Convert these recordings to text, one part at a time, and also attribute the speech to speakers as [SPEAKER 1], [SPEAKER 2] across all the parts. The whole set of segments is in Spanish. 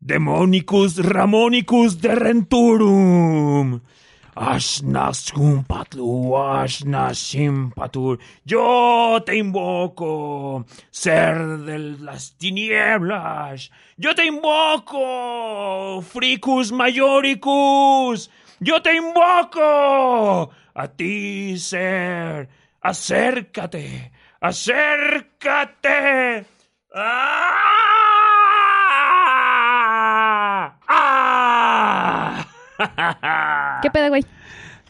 [SPEAKER 1] Demonicus Ramonicus de Renturum. Asnascum patlu, asnasim patur. Yo te invoco, ser de las tinieblas. Yo te invoco, fricus majoricus. Yo te invoco. A ti, ser. Acércate, acércate. ¡Ah! ¡Ah!
[SPEAKER 2] ¿Qué pedo, güey?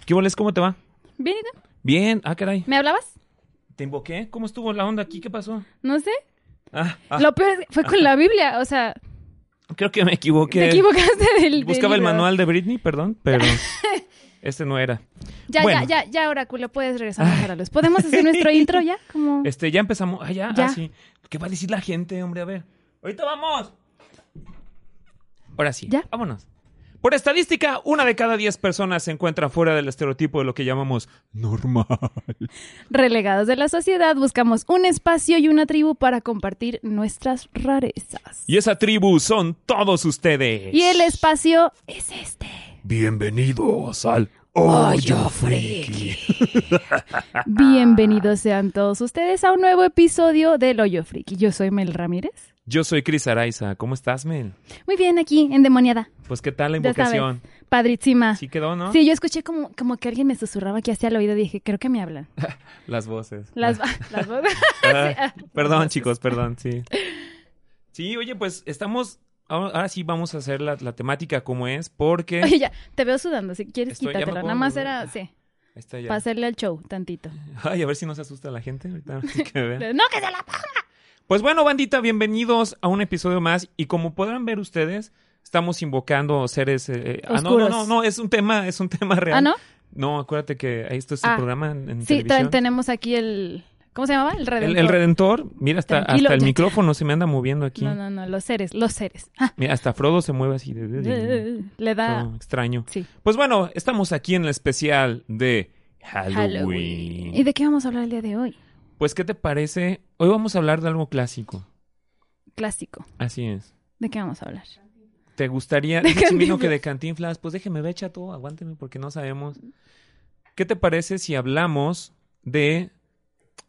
[SPEAKER 1] ¿Qué boles? ¿Cómo te va?
[SPEAKER 2] ¿Bien y tú?
[SPEAKER 1] Bien. Ah, caray.
[SPEAKER 2] ¿Me hablabas?
[SPEAKER 1] ¿Te invoqué? ¿Cómo estuvo la onda aquí? ¿Qué pasó?
[SPEAKER 2] No sé.
[SPEAKER 1] Ah, ah,
[SPEAKER 2] Lo peor es que fue con la Biblia, o sea,
[SPEAKER 1] creo que me equivoqué.
[SPEAKER 2] te equivocaste del- del
[SPEAKER 1] Buscaba el
[SPEAKER 2] libro.
[SPEAKER 1] manual de Britney, perdón, pero este no era.
[SPEAKER 2] Ya,
[SPEAKER 1] Bueno.
[SPEAKER 2] ya, ya, ya, oráculo, puedes regresar a la luz. ¿Podemos hacer nuestro intro ya? Como...
[SPEAKER 1] Este, ya empezamos. Ah, ya,
[SPEAKER 2] Ya.
[SPEAKER 1] Ah, sí. ¿Qué va a decir la gente, hombre? A ver. Ahorita vamos. Ahora sí.
[SPEAKER 2] ¿Ya?
[SPEAKER 1] Vámonos. Por estadística, una de cada diez personas se encuentra fuera del estereotipo de lo que llamamos normal.
[SPEAKER 2] Relegados de la sociedad, buscamos un espacio y una tribu para compartir nuestras rarezas.
[SPEAKER 1] Y esa tribu son todos ustedes.
[SPEAKER 2] Y el espacio es este.
[SPEAKER 1] Bienvenidos al
[SPEAKER 2] Hoyo Friki. Bienvenidos sean todos ustedes a un nuevo episodio del Hoyo Friki. Yo soy Mel Ramírez.
[SPEAKER 1] Yo soy Cris Araiza. ¿Cómo estás, Mel?
[SPEAKER 2] Muy bien, aquí, endemoniada.
[SPEAKER 1] Pues, ¿qué tal la
[SPEAKER 2] Ya sabes.
[SPEAKER 1] invocación?
[SPEAKER 2] Padrísima.
[SPEAKER 1] Sí quedó, ¿no?
[SPEAKER 2] Sí, yo escuché como, como que alguien me susurraba que hacía al oído y dije, creo que me hablan.
[SPEAKER 1] Las voces.
[SPEAKER 2] Las, las voces.
[SPEAKER 1] Ah,
[SPEAKER 2] ah.
[SPEAKER 1] perdón, chicos, perdón, sí. Sí, oye, pues estamos. Ahora ahora sí vamos a hacer la, la temática como es, porque.
[SPEAKER 2] Oye, ya, te veo sudando, si quieres
[SPEAKER 1] Estoy- ya me
[SPEAKER 2] quítatelo.
[SPEAKER 1] puedo
[SPEAKER 2] Nada más
[SPEAKER 1] mover.
[SPEAKER 2] era, sí,
[SPEAKER 1] Ahí está ya.
[SPEAKER 2] para hacerle al show tantito.
[SPEAKER 1] Ay, a ver si no se asusta la gente. ahorita que me vea.
[SPEAKER 2] No, que se la pa-
[SPEAKER 1] Pues bueno, bandita, bienvenidos a un episodio más. Y como podrán ver ustedes, estamos invocando seres. eh, eh, ah, no, no,
[SPEAKER 2] Oscuros.
[SPEAKER 1] no, no, es un tema, es un tema real.
[SPEAKER 2] Ah, ¿no?
[SPEAKER 1] No, acuérdate que esto es
[SPEAKER 2] Ah,
[SPEAKER 1] el programa en, en
[SPEAKER 2] Sí,
[SPEAKER 1] televisión.
[SPEAKER 2] te- tenemos aquí el... ¿Cómo se llamaba? El
[SPEAKER 1] El-
[SPEAKER 2] redentor.
[SPEAKER 1] el, Redentor, mira, hasta, hasta
[SPEAKER 2] Tranquilo,
[SPEAKER 1] el
[SPEAKER 2] ya.
[SPEAKER 1] micrófono se me anda moviendo aquí.
[SPEAKER 2] No, no, no, los seres, los seres. Ah.
[SPEAKER 1] Mira, hasta Frodo se mueve así. de- de- de-
[SPEAKER 2] Le da...
[SPEAKER 1] todo extraño.
[SPEAKER 2] Sí.
[SPEAKER 1] Pues bueno, estamos aquí en el especial de Halloween.
[SPEAKER 2] Halloween. ¿Y de qué vamos a hablar el día de hoy?
[SPEAKER 1] Pues, ¿qué te parece? Hoy vamos a hablar de algo clásico.
[SPEAKER 2] Clásico.
[SPEAKER 1] Así es.
[SPEAKER 2] ¿De qué vamos a hablar?
[SPEAKER 1] ¿Te gustaría?
[SPEAKER 2] De
[SPEAKER 1] Dice Chimino que
[SPEAKER 2] Cantinflas.
[SPEAKER 1] de Cantinflas. Pues déjeme ver, chato, aguánteme porque no sabemos. ¿Qué te parece si hablamos de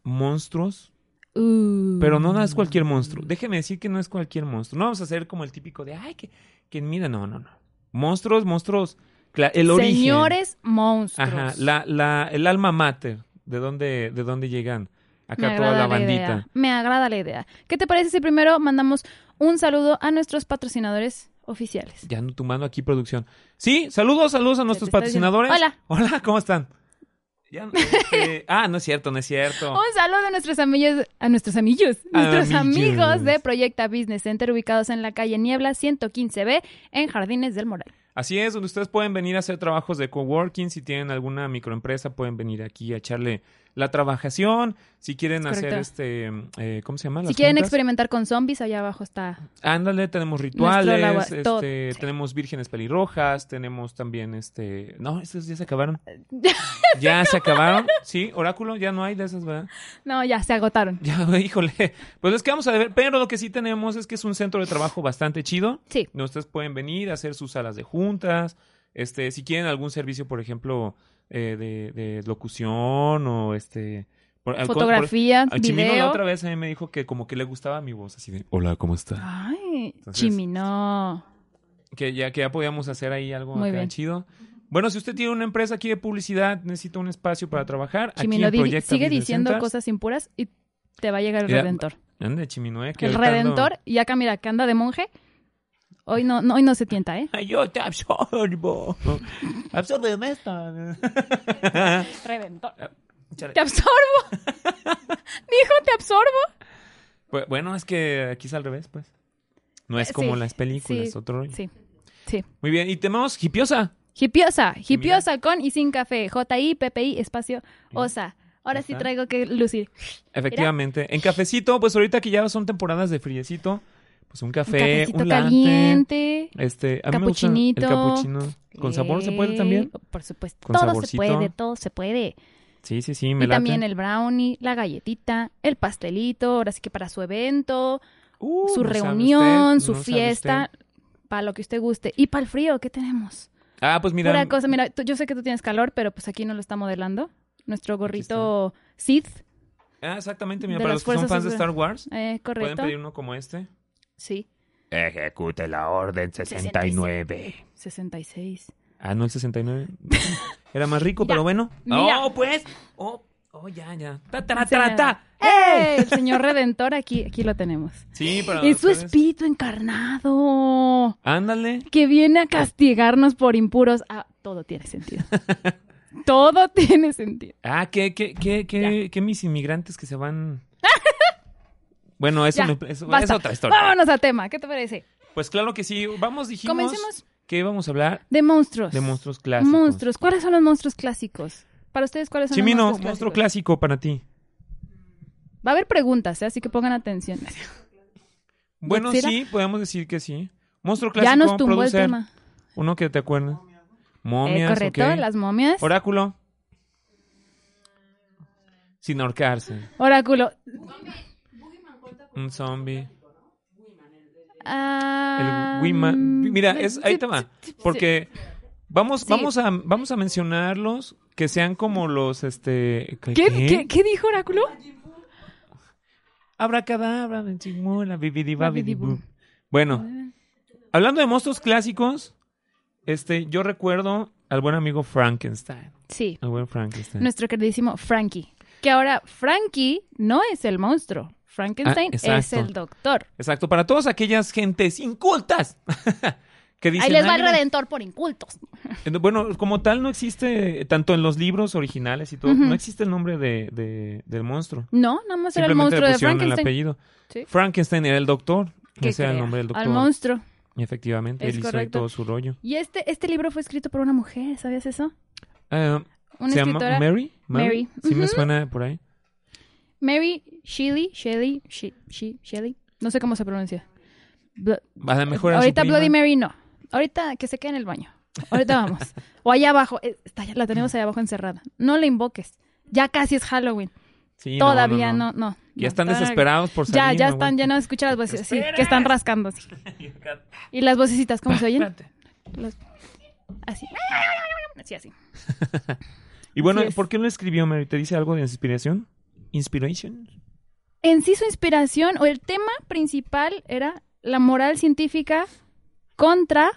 [SPEAKER 1] monstruos?
[SPEAKER 2] Uh.
[SPEAKER 1] Pero no, no es cualquier monstruo.
[SPEAKER 2] Mm.
[SPEAKER 1] Déjeme decir que no es cualquier monstruo. No vamos a hacer como el típico de, ay, que, que mira, no, no, no. Monstruos, monstruos. cla- El origen.
[SPEAKER 2] Señores monstruos.
[SPEAKER 1] Ajá, la, la, el alma mater, de dónde, de dónde llegan acá toda la bandita.
[SPEAKER 2] idea. Me agrada la idea. ¿Qué te parece si primero mandamos un saludo a nuestros patrocinadores oficiales?
[SPEAKER 1] Ya ando tumbando aquí producción. Sí, saludos, saludos a nuestros
[SPEAKER 2] te está diciendo-
[SPEAKER 1] patrocinadores. Hola. Hola, ¿cómo están? Ya, este, ah, no es cierto, no es cierto.
[SPEAKER 2] Un saludo a nuestros amigos, a nuestros amigos,
[SPEAKER 1] A
[SPEAKER 2] nuestros
[SPEAKER 1] amigos.
[SPEAKER 2] amigos de Proyecta Business Center ubicados en la calle Niebla 115B en Jardines del Moral.
[SPEAKER 1] Así es, donde ustedes pueden venir a hacer trabajos de coworking. Si tienen alguna microempresa, pueden venir aquí a echarle la trabajación. Si quieren
[SPEAKER 2] Es
[SPEAKER 1] hacer
[SPEAKER 2] correcto.
[SPEAKER 1] este, eh, ¿cómo se llama?
[SPEAKER 2] Si
[SPEAKER 1] Las
[SPEAKER 2] quieren
[SPEAKER 1] juntas.
[SPEAKER 2] experimentar con zombies, allá abajo está.
[SPEAKER 1] Ándale, tenemos
[SPEAKER 2] Nuestro
[SPEAKER 1] rituales,
[SPEAKER 2] lava-
[SPEAKER 1] este,
[SPEAKER 2] todo, sí.
[SPEAKER 1] tenemos vírgenes pelirrojas, tenemos también este... No, estos ya se acabaron. ya se acabaron, sí, oráculo, ya no hay de esas, ¿verdad?
[SPEAKER 2] No, ya se agotaron.
[SPEAKER 1] Ya, híjole, pues les quedamos a ver, pero lo que sí tenemos es que es un centro de trabajo bastante chido.
[SPEAKER 2] Sí.
[SPEAKER 1] No, Ustedes pueden venir a hacer sus salas de juntas, este, si quieren algún servicio, por ejemplo, eh, de, de locución o este... por- al- por-
[SPEAKER 2] Fotografía,
[SPEAKER 1] al Chimino la
[SPEAKER 2] video.
[SPEAKER 1] otra vez a mí me dijo que como que le gustaba mi voz, así de, hola, ¿cómo está?
[SPEAKER 2] Ay,
[SPEAKER 1] Entonces-
[SPEAKER 2] Chimino.
[SPEAKER 1] que ya que ya podíamos hacer ahí algo
[SPEAKER 2] Muy
[SPEAKER 1] acá
[SPEAKER 2] bien.
[SPEAKER 1] chido. Bueno, si usted tiene una empresa aquí de publicidad, necesita un espacio para trabajar,
[SPEAKER 2] Chimino
[SPEAKER 1] aquí
[SPEAKER 2] di-
[SPEAKER 1] en Proyecta
[SPEAKER 2] sigue
[SPEAKER 1] Business
[SPEAKER 2] diciendo
[SPEAKER 1] Centers.
[SPEAKER 2] cosas impuras y te va a llegar el
[SPEAKER 1] Ya,
[SPEAKER 2] redentor.
[SPEAKER 1] Ande, Chimino, eh, que
[SPEAKER 2] El
[SPEAKER 1] ahorita ando-
[SPEAKER 2] redentor, y acá mira, que anda de monje. Hoy no, no, hoy no se tienta, ¿eh?
[SPEAKER 1] Ay, Yo te absorbo. Absorbe esta.
[SPEAKER 2] Redentor.
[SPEAKER 1] Chale.
[SPEAKER 2] Te absorbo. Dijo, te absorbo.
[SPEAKER 1] Bu- Pues, Bueno, es que aquí es al revés, pues. No es
[SPEAKER 2] Eh,
[SPEAKER 1] como
[SPEAKER 2] sí,
[SPEAKER 1] las películas,
[SPEAKER 2] sí,
[SPEAKER 1] otro rollo.
[SPEAKER 2] Sí, sí.
[SPEAKER 1] Muy bien, y tenemos hipiosa.
[SPEAKER 2] Hipiosa, hipiosa con y sin café. J-I-P-P-I, espacio, osa. Ahora sí
[SPEAKER 1] Ajá.
[SPEAKER 2] traigo que lucir.
[SPEAKER 1] Efectivamente. En cafecito, pues ahorita que ya son temporadas de friecito, pues un
[SPEAKER 2] Un
[SPEAKER 1] café,
[SPEAKER 2] cafecito
[SPEAKER 1] un, latte,
[SPEAKER 2] caliente.
[SPEAKER 1] Este, a mí me gusta el
[SPEAKER 2] Capuchinito.
[SPEAKER 1] capuchino. ¿Con sabor se puede
[SPEAKER 2] Eh,
[SPEAKER 1] también?
[SPEAKER 2] Por supuesto.
[SPEAKER 1] Con
[SPEAKER 2] todo
[SPEAKER 1] saborcito.
[SPEAKER 2] se puede, todo se puede.
[SPEAKER 1] Sí, sí, sí, me
[SPEAKER 2] y
[SPEAKER 1] late.
[SPEAKER 2] también el brownie, la galletita, el pastelito, ahora sí que para su evento.
[SPEAKER 1] Uh,
[SPEAKER 2] su
[SPEAKER 1] no sabe
[SPEAKER 2] reunión,
[SPEAKER 1] usted,
[SPEAKER 2] su
[SPEAKER 1] no sabe
[SPEAKER 2] fiesta, para lo que usted guste. Y para el frío, ¿qué tenemos?
[SPEAKER 1] usted. Ah, pues mira.
[SPEAKER 2] Pura cosa, mira, tú- yo sé que tú tienes calor, pero pues aquí no lo está modelando. Nuestro gorrito Sith,
[SPEAKER 1] Ah, exactamente, mira,
[SPEAKER 2] de
[SPEAKER 1] para
[SPEAKER 2] las
[SPEAKER 1] los que son
[SPEAKER 2] fuerzas
[SPEAKER 1] fans de
[SPEAKER 2] de-
[SPEAKER 1] Star Wars,
[SPEAKER 2] eh,
[SPEAKER 1] pueden
[SPEAKER 2] ¿correcto?
[SPEAKER 1] pedir uno como este.
[SPEAKER 2] Sí,
[SPEAKER 1] Ejecute la orden
[SPEAKER 2] 69. 66.
[SPEAKER 1] Ah, no, el 69. Era más rico,
[SPEAKER 2] Mira,
[SPEAKER 1] pero bueno.
[SPEAKER 2] mira.
[SPEAKER 1] Oh, pues. Oh, oh, ya, ya. Ta, ta,
[SPEAKER 2] Sí,
[SPEAKER 1] ta, ta.
[SPEAKER 2] ¡Eh! El Señor Redentor, aquí, aquí lo tenemos.
[SPEAKER 1] Sí, para
[SPEAKER 2] Es su
[SPEAKER 1] ustedes.
[SPEAKER 2] espíritu encarnado
[SPEAKER 1] Ándale.
[SPEAKER 2] que viene a castigarnos por impuros. Ah, todo tiene sentido. todo tiene sentido.
[SPEAKER 1] Ah, ¿qué, qué, qué, qué, qué mis inmigrantes que se van? bueno, eso,
[SPEAKER 2] Ya,
[SPEAKER 1] me- eso es
[SPEAKER 2] basta.
[SPEAKER 1] otra historia.
[SPEAKER 2] Vámonos a tema, ¿qué te parece?
[SPEAKER 1] Pues claro que sí. Vamos, dijimos
[SPEAKER 2] Comencemos
[SPEAKER 1] que íbamos a hablar
[SPEAKER 2] de monstruos.
[SPEAKER 1] de monstruos clásicos.
[SPEAKER 2] Monstruos. ¿Cuáles son los monstruos clásicos? Para ustedes, ¿cuáles son
[SPEAKER 1] Chimino,
[SPEAKER 2] los monstruos
[SPEAKER 1] monstruo
[SPEAKER 2] clásicos?
[SPEAKER 1] clásico para ti.
[SPEAKER 2] Va a haber preguntas, ¿eh? así que pongan atención.
[SPEAKER 1] Bueno,
[SPEAKER 2] ¿Godzilla?
[SPEAKER 1] sí, podemos decir que sí. Monstruo clásico,
[SPEAKER 2] Ya nos tumbó
[SPEAKER 1] producer,
[SPEAKER 2] el tema.
[SPEAKER 1] Uno que te acuerdas.
[SPEAKER 2] Eh,
[SPEAKER 1] Momias,
[SPEAKER 2] correcto,
[SPEAKER 1] ok.
[SPEAKER 2] las momias.
[SPEAKER 1] Oráculo. Sin ahorcarse.
[SPEAKER 2] Oráculo.
[SPEAKER 1] Un zombie.
[SPEAKER 2] Ah,
[SPEAKER 1] El Wima-
[SPEAKER 2] mm,
[SPEAKER 1] Mira, es, ahí te va. Porque vamos,
[SPEAKER 2] Sí.
[SPEAKER 1] vamos, a, vamos a mencionarlos que sean como los este. ¿Qué?
[SPEAKER 2] ¿Qué, qué- qué dijo Oráculo?
[SPEAKER 1] Abracadabra, benchimula, bibidibabidibú.
[SPEAKER 2] Babidibú.
[SPEAKER 1] Bueno, hablando de monstruos clásicos, este, yo recuerdo al buen amigo Frankenstein.
[SPEAKER 2] Sí,
[SPEAKER 1] Al buen Frankenstein.
[SPEAKER 2] nuestro queridísimo Frankie. Que ahora Frankie no es el monstruo. Frankenstein
[SPEAKER 1] Ah, exacto.
[SPEAKER 2] es el doctor.
[SPEAKER 1] Exacto, para todas aquellas gentes incultas que dicen.
[SPEAKER 2] Ahí les va
[SPEAKER 1] "Ay,
[SPEAKER 2] el
[SPEAKER 1] mira,
[SPEAKER 2] redentor por incultos.
[SPEAKER 1] Eh, no, Bueno, como tal no existe, eh, tanto en los libros originales y todo,
[SPEAKER 2] Ujú.
[SPEAKER 1] no existe el nombre de, de- del monstruo.
[SPEAKER 2] No, nada más era el
[SPEAKER 1] Simplemente
[SPEAKER 2] monstruo
[SPEAKER 1] le
[SPEAKER 2] de
[SPEAKER 1] pusieron el
[SPEAKER 2] Frankenstein.
[SPEAKER 1] apellido.
[SPEAKER 2] Sí.
[SPEAKER 1] Frankenstein era el doctor.
[SPEAKER 2] que
[SPEAKER 1] Ese era el
[SPEAKER 2] crea
[SPEAKER 1] nombre del doctor.
[SPEAKER 2] Al monstruo.
[SPEAKER 1] Y Efectivamente,
[SPEAKER 2] Es
[SPEAKER 1] él hizo ahí
[SPEAKER 2] correcto.
[SPEAKER 1] todo su rollo.
[SPEAKER 2] Y este, este libro fue escrito por una mujer, ¿sabías eso?
[SPEAKER 1] Eh,
[SPEAKER 2] Una
[SPEAKER 1] ¿Se
[SPEAKER 2] escritora.
[SPEAKER 1] llama Mary?
[SPEAKER 2] Mary.
[SPEAKER 1] Sí me suena por ahí.
[SPEAKER 2] Mary Shelley, Shelley, She, She- Shelley, no sé cómo se pronuncia. Bl-
[SPEAKER 1] A lo mejor era su
[SPEAKER 2] Ahorita
[SPEAKER 1] prima.
[SPEAKER 2] Bloody Mary no. Ahorita que se quede en el baño. Ahorita vamos. o allá abajo. Eh, está allá- la tenemos allá abajo encerrada. No la invoques. Ya casi es Halloween.
[SPEAKER 1] Sí, no, no,
[SPEAKER 2] Todavía no, no.
[SPEAKER 1] Ya
[SPEAKER 2] no,
[SPEAKER 1] están
[SPEAKER 2] todavía-
[SPEAKER 1] desesperados por
[SPEAKER 2] Ya,
[SPEAKER 1] salir.
[SPEAKER 2] ya
[SPEAKER 1] no
[SPEAKER 2] están, ya no escuchas las voces así, que están rascando así.
[SPEAKER 1] aguantan.
[SPEAKER 2] Y las vocecitas, ¿cómo se oyen?
[SPEAKER 1] Espérate.
[SPEAKER 2] Los- Así. Así, así.
[SPEAKER 1] Y bueno,
[SPEAKER 2] Así es.
[SPEAKER 1] ¿por qué lo escribió Mary? ¿Te dice algo de inspiración? ¿Inspiration?
[SPEAKER 2] en sí su inspiración o el tema principal era la moral científica contra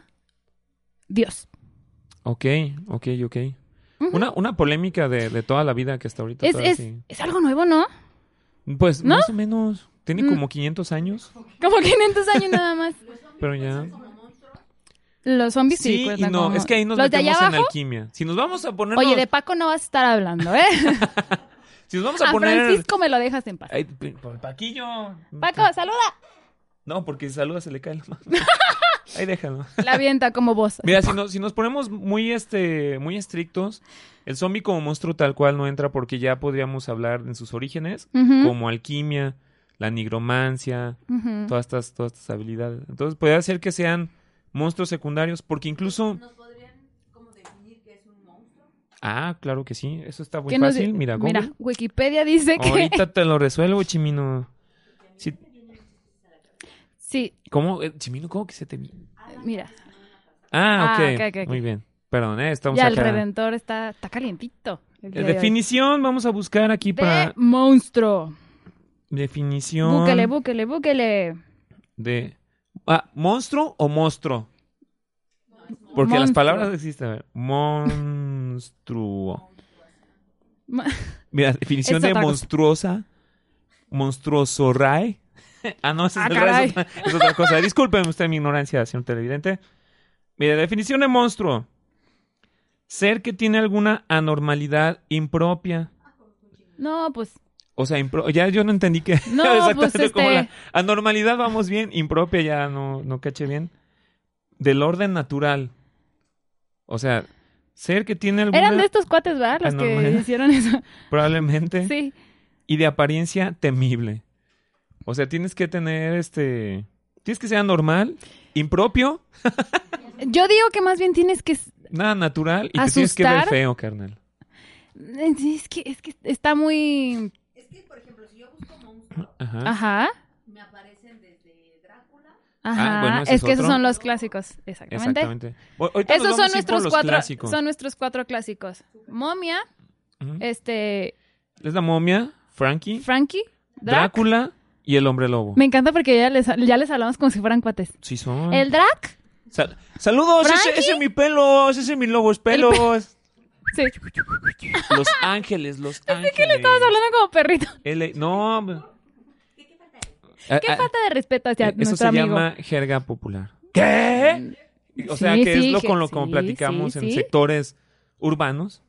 [SPEAKER 2] Dios.
[SPEAKER 1] Ok, ok, ok.
[SPEAKER 2] Ujú.
[SPEAKER 1] una, una polémica de, de toda la vida que está ahorita.
[SPEAKER 2] Es,
[SPEAKER 1] todavía
[SPEAKER 2] es-
[SPEAKER 1] sigue.
[SPEAKER 2] es algo nuevo, ¿no?
[SPEAKER 1] Pues
[SPEAKER 2] ¿no?
[SPEAKER 1] más o menos. Tiene
[SPEAKER 2] Mm.
[SPEAKER 1] como 500 años,
[SPEAKER 2] Como 500 años nada más.
[SPEAKER 1] pero ya.
[SPEAKER 2] Los zombies sí,
[SPEAKER 1] Sí, y
[SPEAKER 2] cuentan
[SPEAKER 1] no.
[SPEAKER 2] como-
[SPEAKER 1] Es que ahí nos
[SPEAKER 2] Los de allá
[SPEAKER 1] metemos en
[SPEAKER 2] abajo.
[SPEAKER 1] alquimia. Si nos vamos a poner.
[SPEAKER 2] Oye, de Paco no vas a estar hablando, ¿eh?
[SPEAKER 1] Si nos vamos a,
[SPEAKER 2] A
[SPEAKER 1] poner. Eh,
[SPEAKER 2] Francisco me lo dejas en paz.
[SPEAKER 1] Ay, p- p- Paquillo.
[SPEAKER 2] Paco, saluda.
[SPEAKER 1] No, porque si saluda se le cae la mano. Ahí déjalo.
[SPEAKER 2] La avienta como vos.
[SPEAKER 1] Mira, si, nos- si nos ponemos muy, este, muy estrictos, el zombie como monstruo tal cual no entra porque ya podríamos hablar en sus orígenes,
[SPEAKER 2] Ujú,
[SPEAKER 1] como alquimia, la nigromancia,
[SPEAKER 2] ujú.
[SPEAKER 1] todas estas, todas estas habilidades. Entonces, puede ser que sean monstruos secundarios, porque incluso.
[SPEAKER 3] ¿Nos podrían como definir qué es un monstruo?
[SPEAKER 1] Ah, claro que sí, eso está muy
[SPEAKER 2] ¿Qué nos
[SPEAKER 1] fácil.
[SPEAKER 2] di-
[SPEAKER 1] Mira,
[SPEAKER 2] Mira,
[SPEAKER 1] Google.
[SPEAKER 2] Wikipedia dice que...
[SPEAKER 1] Ahorita te lo resuelvo, Chimino. Sí,
[SPEAKER 2] Sí,
[SPEAKER 1] ¿Cómo? Eh, Chimino, ¿cómo que se te vi-
[SPEAKER 2] mira.
[SPEAKER 1] Ah, ok.
[SPEAKER 2] Ah, ok, ok, ok.
[SPEAKER 1] Muy bien. Perdón, eh, estamos
[SPEAKER 2] Ya el
[SPEAKER 1] acá.
[SPEAKER 2] Redentor está, está calientito. el
[SPEAKER 1] Eh,
[SPEAKER 2] día de hoy.
[SPEAKER 1] definición, vamos a buscar aquí
[SPEAKER 2] de
[SPEAKER 1] para
[SPEAKER 2] monstruo.
[SPEAKER 1] definición
[SPEAKER 2] Búquele, búquele, búquele.
[SPEAKER 1] de ah, monstruo o monstruo. Porque las
[SPEAKER 2] Monstruo.
[SPEAKER 1] palabras existen. A ver, monstruo.
[SPEAKER 2] Ma-
[SPEAKER 1] Mira, definición
[SPEAKER 2] Es
[SPEAKER 1] de
[SPEAKER 2] otra cosa.
[SPEAKER 1] monstruosa. Monstruoso rae. ah, no, esa es,
[SPEAKER 2] Ah,
[SPEAKER 1] otra-
[SPEAKER 2] caray.
[SPEAKER 1] es otra, es otra cosa. Discúlpeme usted mi ignorancia, señor televidente. Mira, definición de monstruo. Ser que tiene alguna anormalidad impropia.
[SPEAKER 2] No, pues.
[SPEAKER 1] O sea, impro- ya yo no entendí que
[SPEAKER 2] No, pues, este-
[SPEAKER 1] como la anormalidad vamos bien, impropia ya no, no caché bien. Del orden natural. O sea, ser que tiene alguna
[SPEAKER 2] Eran de estos cuates, ¿verdad?
[SPEAKER 1] Ah,
[SPEAKER 2] Los que
[SPEAKER 1] anormalidad.
[SPEAKER 2] hicieron eso.
[SPEAKER 1] probablemente
[SPEAKER 2] Sí.
[SPEAKER 1] y de apariencia temible. O sea, tienes que tener este. Tienes que ser anormal, impropio,
[SPEAKER 2] Yo digo que más bien tienes que. s-
[SPEAKER 1] nada natural y te tienes que ver
[SPEAKER 2] Asustar.
[SPEAKER 1] feo, carnal.
[SPEAKER 2] eh, Es que, es que está muy.
[SPEAKER 3] Es que, por ejemplo, si yo busco monstruo,
[SPEAKER 2] Ah,
[SPEAKER 1] Ajá.
[SPEAKER 2] Ajá.
[SPEAKER 3] me aparecen desde Drácula.
[SPEAKER 2] Ajá,
[SPEAKER 1] Ah, bueno, ese
[SPEAKER 2] es,
[SPEAKER 1] es
[SPEAKER 2] que esos
[SPEAKER 1] otro.
[SPEAKER 2] son los clásicos, exactamente.
[SPEAKER 1] Exactamente. O- ahorita nos
[SPEAKER 2] Esos
[SPEAKER 1] vamos a
[SPEAKER 2] son
[SPEAKER 1] ir por
[SPEAKER 2] nuestros
[SPEAKER 1] los
[SPEAKER 2] cuatro,
[SPEAKER 1] clásicos.
[SPEAKER 2] son nuestros cuatro clásicos. Momia,
[SPEAKER 1] Ujú.
[SPEAKER 2] este,
[SPEAKER 1] Es la momia, Frankie,
[SPEAKER 2] Frankie, Drac.
[SPEAKER 1] Drácula y el hombre lobo.
[SPEAKER 2] Me encanta porque ya les, ya les hablamos como si fueran cuates.
[SPEAKER 1] Sí son.
[SPEAKER 2] El Drac,
[SPEAKER 1] Sal- ¡Saludos! Ese,
[SPEAKER 2] Frankie.
[SPEAKER 1] ese es mi pelos, ese es mi lobos pelos.
[SPEAKER 2] sí.
[SPEAKER 1] Los ángeles, los ángeles.
[SPEAKER 2] Estamos hablando como perrito.
[SPEAKER 1] L- No. hombre. Ah,
[SPEAKER 3] ¿Qué, qué falta
[SPEAKER 2] Qué falta de respeto hacia
[SPEAKER 1] Eh, Eso se
[SPEAKER 2] nuestro amigo.
[SPEAKER 1] llama jerga popular. ¿Qué? O sea,
[SPEAKER 2] Sí,
[SPEAKER 1] que es
[SPEAKER 2] sí,
[SPEAKER 1] lo
[SPEAKER 2] je-
[SPEAKER 1] con lo como
[SPEAKER 2] sí,
[SPEAKER 1] platicamos
[SPEAKER 2] sí,
[SPEAKER 1] en
[SPEAKER 2] sí.
[SPEAKER 1] sectores urbanos.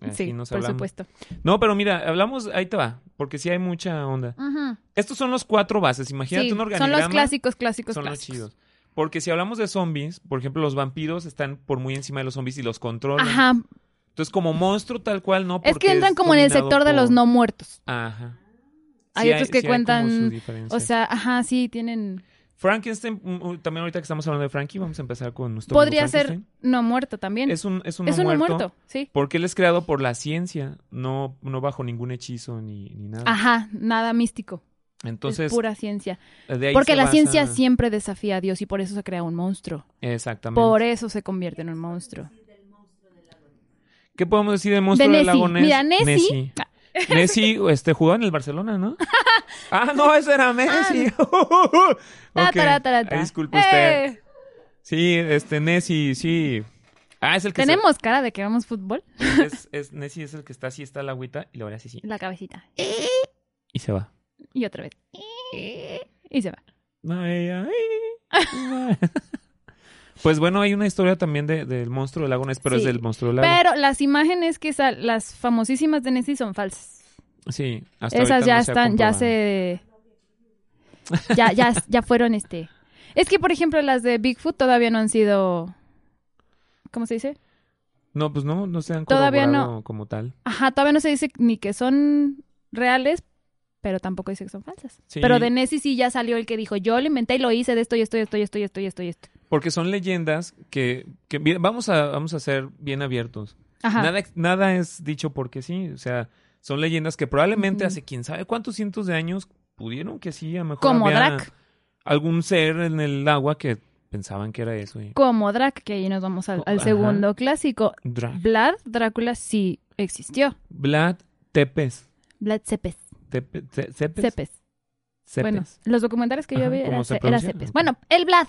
[SPEAKER 1] Aquí
[SPEAKER 2] Sí,
[SPEAKER 1] nos
[SPEAKER 2] por
[SPEAKER 1] hablamos.
[SPEAKER 2] supuesto.
[SPEAKER 1] No, pero mira, hablamos, ahí te va, porque sí hay mucha onda.
[SPEAKER 2] Ajá.
[SPEAKER 1] Estos son los cuatro bases, imagínate
[SPEAKER 2] Sí,
[SPEAKER 1] un
[SPEAKER 2] son
[SPEAKER 1] organigrama.
[SPEAKER 2] los clásicos, clásicos,
[SPEAKER 1] son los
[SPEAKER 2] clásicos.
[SPEAKER 1] chidos. Porque si hablamos de zombies, por ejemplo, los vampiros están por muy encima de los zombies y los controlan.
[SPEAKER 2] Ajá,
[SPEAKER 1] Entonces, como monstruo tal cual, no
[SPEAKER 2] es
[SPEAKER 1] porque
[SPEAKER 2] que entran como en el
[SPEAKER 1] dominado
[SPEAKER 2] sector de los
[SPEAKER 1] por-
[SPEAKER 2] no muertos.
[SPEAKER 1] Ajá.
[SPEAKER 2] Hay otros que
[SPEAKER 1] como
[SPEAKER 2] cuentan,
[SPEAKER 1] su diferencia.
[SPEAKER 2] O sea, ajá, sí, tienen...
[SPEAKER 1] Frankenstein, mm, mm, también ahorita que estamos hablando de Frankie, vamos a empezar con nuestro amigo
[SPEAKER 2] Podría ser
[SPEAKER 1] Frankenstein.
[SPEAKER 2] no muerto también.
[SPEAKER 1] Es un, es un
[SPEAKER 2] Es
[SPEAKER 1] no
[SPEAKER 2] uno
[SPEAKER 1] muerto,
[SPEAKER 2] muerto, sí.
[SPEAKER 1] Porque él es creado por la ciencia, no, no bajo ningún hechizo ni, ni nada.
[SPEAKER 2] Ajá, nada místico.
[SPEAKER 1] Ah. Entonces,
[SPEAKER 2] es pura ciencia.
[SPEAKER 1] de ahí
[SPEAKER 2] Porque
[SPEAKER 1] se
[SPEAKER 2] la
[SPEAKER 1] basa-
[SPEAKER 2] ciencia siempre desafía a Dios y por eso se crea un monstruo.
[SPEAKER 1] Exactamente.
[SPEAKER 2] Por eso se convierte en un monstruo.
[SPEAKER 1] ¿Qué podemos decir del monstruo
[SPEAKER 2] De
[SPEAKER 1] del
[SPEAKER 2] Nessie.
[SPEAKER 1] lago Ness?
[SPEAKER 2] Mira, Nessie- Ah.
[SPEAKER 1] Nessie. Nessie, este, jugaba en el Barcelona, ¿no? ah, no, ese era Messi.
[SPEAKER 2] Ta,
[SPEAKER 1] Ok,
[SPEAKER 2] Ah, ta, ta, ta, ta.
[SPEAKER 1] ahí disculpe usted.
[SPEAKER 2] ¡Eh!
[SPEAKER 1] Sí, este, Nessie, sí. Ah, es el que se-
[SPEAKER 2] ¿Tenemos cara de que vamos fútbol?
[SPEAKER 1] es, es- Nessie es el que está así, está la agüita y le abre así, sí.
[SPEAKER 2] La cabecita.
[SPEAKER 1] Y se va.
[SPEAKER 2] Y otra vez. Y se va.
[SPEAKER 1] No, ella, ay. pues bueno, hay una historia también de- del monstruo del lago Ness, pero
[SPEAKER 2] Sí.
[SPEAKER 1] es del monstruo del lago.
[SPEAKER 2] Pero las imágenes que sal- las famosísimas de Nessie son falsas.
[SPEAKER 1] Sí, hasta
[SPEAKER 2] Esas
[SPEAKER 1] ahorita
[SPEAKER 2] ya
[SPEAKER 1] no se ha
[SPEAKER 2] están, ya
[SPEAKER 1] comprobado.
[SPEAKER 2] se... Ya, ya, ya fueron este... Es que, por ejemplo, las de Bigfoot todavía no han sido... ¿Cómo se dice?
[SPEAKER 1] No, pues no, no se han
[SPEAKER 2] Todavía no.
[SPEAKER 1] corroborado como tal.
[SPEAKER 2] Ajá, todavía no se dice ni que son reales, pero tampoco dice que son falsas.
[SPEAKER 1] Sí.
[SPEAKER 2] Pero de Nessie sí ya salió el que dijo, yo lo inventé y lo hice de esto y esto y esto y esto y esto y esto y esto.
[SPEAKER 1] Porque son leyendas que, que mira, vamos, a, vamos a ser bien abiertos.
[SPEAKER 2] Ajá.
[SPEAKER 1] Nada, nada es dicho porque sí. O sea, son leyendas que probablemente
[SPEAKER 2] Ujú.
[SPEAKER 1] hace quién sabe cuántos cientos de años pudieron que sí, a lo mejor
[SPEAKER 2] Como
[SPEAKER 1] había
[SPEAKER 2] Drac,
[SPEAKER 1] algún ser en el agua que pensaban que era eso. y-
[SPEAKER 2] como Drac, que ahí nos vamos al,
[SPEAKER 1] Oh,
[SPEAKER 2] al
[SPEAKER 1] Ajá.
[SPEAKER 2] segundo clásico.
[SPEAKER 1] Drac.
[SPEAKER 2] Vlad Drácula sí existió.
[SPEAKER 1] Vlad Tepes.
[SPEAKER 2] Vlad Cepes.
[SPEAKER 1] Tepe- Ce- Cepes.
[SPEAKER 2] Cepes.
[SPEAKER 1] Cepes.
[SPEAKER 2] Bueno, los documentales que yo
[SPEAKER 1] Ajá,
[SPEAKER 2] vi
[SPEAKER 1] ¿cómo
[SPEAKER 2] era,
[SPEAKER 1] se
[SPEAKER 2] Ce- era
[SPEAKER 1] pronuncia?
[SPEAKER 2] Cepes.
[SPEAKER 1] Ok.
[SPEAKER 2] Bueno, el Vlad,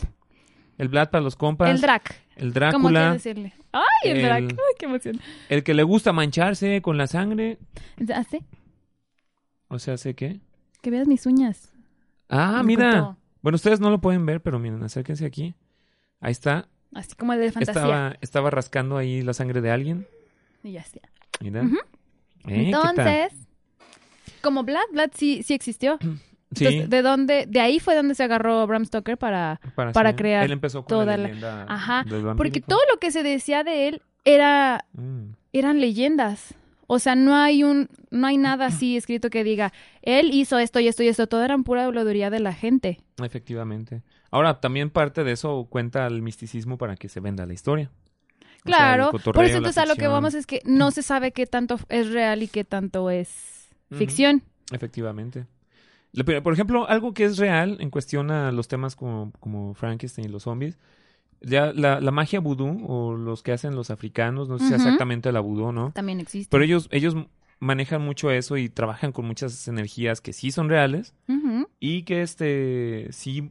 [SPEAKER 1] El Vlad para los compas.
[SPEAKER 2] el
[SPEAKER 1] El,
[SPEAKER 2] Drac. ¿Cómo quieres
[SPEAKER 1] Drácula.
[SPEAKER 2] decirle? ¡Ay, el,
[SPEAKER 1] El-
[SPEAKER 2] Drac! ¡Ay, qué emoción!
[SPEAKER 1] El que le gusta mancharse con la sangre.
[SPEAKER 2] ¿Ah, sí?
[SPEAKER 1] O sea, ¿sé qué?
[SPEAKER 2] Que veas mis uñas.
[SPEAKER 1] Ah,
[SPEAKER 2] Me
[SPEAKER 1] mira.
[SPEAKER 2] encantó.
[SPEAKER 1] Bueno, ustedes no lo pueden ver, pero miren, acérquense aquí. Ahí está.
[SPEAKER 2] Así como el de fantasía.
[SPEAKER 1] Estaba, estaba rascando ahí la sangre de alguien.
[SPEAKER 2] Y ya está.
[SPEAKER 1] Mira.
[SPEAKER 2] Ujú.
[SPEAKER 1] Eh, ¿qué tal?
[SPEAKER 2] Entonces, como Vlad, Vlad sí, sí existió.
[SPEAKER 1] Sí,
[SPEAKER 2] Entonces, pues, de dónde, de ahí fue donde se agarró Bram Stoker para,
[SPEAKER 1] para,
[SPEAKER 2] para
[SPEAKER 1] hacer-
[SPEAKER 2] crear
[SPEAKER 1] Él empezó con
[SPEAKER 2] toda
[SPEAKER 1] la
[SPEAKER 2] la-
[SPEAKER 1] leyenda
[SPEAKER 2] Ajá,
[SPEAKER 1] del vampiro.
[SPEAKER 2] porque todo lo que se decía de él era,
[SPEAKER 1] Mm.
[SPEAKER 2] eran leyendas. O sea, no hay un, no hay nada así escrito que diga, él hizo esto y esto y esto, todo eran pura habladuría de la gente.
[SPEAKER 1] Efectivamente. Ahora, también parte de eso cuenta el misticismo para que se venda la historia. O sea, el
[SPEAKER 2] Claro, por
[SPEAKER 1] cotorreo,
[SPEAKER 2] eso
[SPEAKER 1] la
[SPEAKER 2] entonces a lo que
[SPEAKER 1] ficción.
[SPEAKER 2] vamos es que no se sabe qué tanto es real y qué tanto es
[SPEAKER 1] Ujú.
[SPEAKER 2] ficción.
[SPEAKER 1] Efectivamente. Lo- pero, Por ejemplo, algo que es real en cuestión a los temas como, como Frankenstein y los zombies, ya la, la magia vudú o los que hacen los africanos, no sé si
[SPEAKER 2] Ujú.
[SPEAKER 1] exactamente la vudú, ¿no?
[SPEAKER 2] También existe.
[SPEAKER 1] Pero ellos, ellos manejan mucho eso y trabajan con muchas energías que sí son reales
[SPEAKER 2] Ujú.
[SPEAKER 1] y que este sí,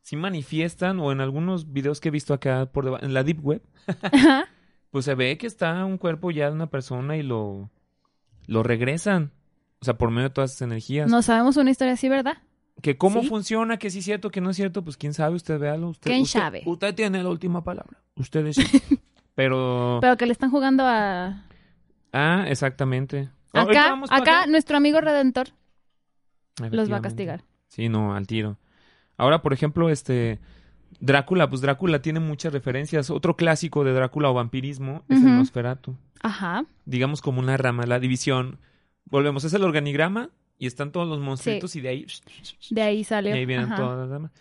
[SPEAKER 1] sí manifiestan o en algunos videos que he visto acá por deba- en la Deep Web,
[SPEAKER 2] Ajá.
[SPEAKER 1] pues se ve que está un cuerpo ya de una persona y lo, lo regresan. O sea, por medio de todas esas energías.
[SPEAKER 2] No sabemos una historia así, ¿verdad?
[SPEAKER 1] Que cómo
[SPEAKER 2] Sí.
[SPEAKER 1] funciona, que sí es cierto, que no es cierto, pues quién sabe, usted véalo. Usted,
[SPEAKER 2] ¿Quién
[SPEAKER 1] usted-
[SPEAKER 2] sabe?
[SPEAKER 1] Usted tiene la última palabra. Usted decide. Pero...
[SPEAKER 2] Pero que le están jugando a
[SPEAKER 1] Ah, exactamente. No, ahorita
[SPEAKER 2] Acá,
[SPEAKER 1] vamos para
[SPEAKER 2] acá nuestro amigo Redentor los va a
[SPEAKER 1] Efectivamente.
[SPEAKER 2] castigar.
[SPEAKER 1] Sí, no, al tiro. Ahora, por ejemplo, este... Drácula, pues Drácula tiene muchas referencias. Otro clásico de Drácula o vampirismo es el
[SPEAKER 2] Ujú.
[SPEAKER 1] Nosferatu.
[SPEAKER 2] Ajá.
[SPEAKER 1] Digamos como una rama, la división. Volvemos, es el organigrama y están todos los monstruitos y de ahí...
[SPEAKER 2] De ahí
[SPEAKER 1] Y
[SPEAKER 2] salió.
[SPEAKER 1] ahí vienen
[SPEAKER 2] Ajá.
[SPEAKER 1] todas las ramas.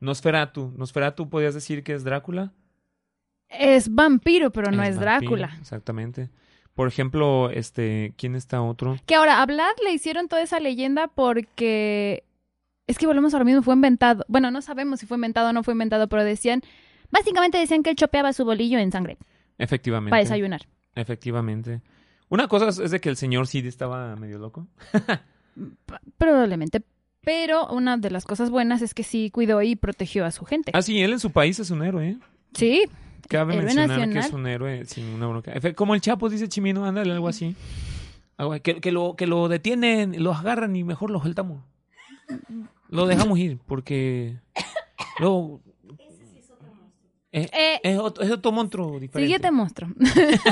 [SPEAKER 1] Nosferatu. Nosferatu, ¿podrías decir que es Drácula?
[SPEAKER 2] Es vampiro, pero no es,
[SPEAKER 1] vampiro,
[SPEAKER 2] Drácula.
[SPEAKER 1] Exactamente. Por ejemplo, este, ¿quién está otro?
[SPEAKER 2] Que ahora a Vlad le hicieron toda esa leyenda porque Es que volvemos a lo mismo, fue inventado. Bueno, no sabemos si fue inventado o no fue inventado, pero decían, básicamente decían que él chopeaba su bolillo en sangre
[SPEAKER 1] Efectivamente.
[SPEAKER 2] para desayunar.
[SPEAKER 1] Efectivamente. Una cosa es es de que el señor sí estaba medio loco.
[SPEAKER 2] P- Probablemente. Pero una de las cosas buenas es que sí cuidó y protegió a su gente.
[SPEAKER 1] Ah, sí, él en su país es un héroe, ¿eh?
[SPEAKER 2] Sí,
[SPEAKER 1] Cabe
[SPEAKER 2] Héroe
[SPEAKER 1] mencionar que
[SPEAKER 2] nacional.
[SPEAKER 1] es un héroe sin una bronca. Efe- Como el Chapo, dice Chimino, ándale, algo así. Algo- Que, que lo, que lo detienen, los agarran y mejor los soltamos. Lo dejamos ir, porque luego
[SPEAKER 3] Ese sí es otro monstruo.
[SPEAKER 1] es,
[SPEAKER 2] Eh.
[SPEAKER 1] es otro, es otro monstruo diferente.
[SPEAKER 2] Siguiente monstruo.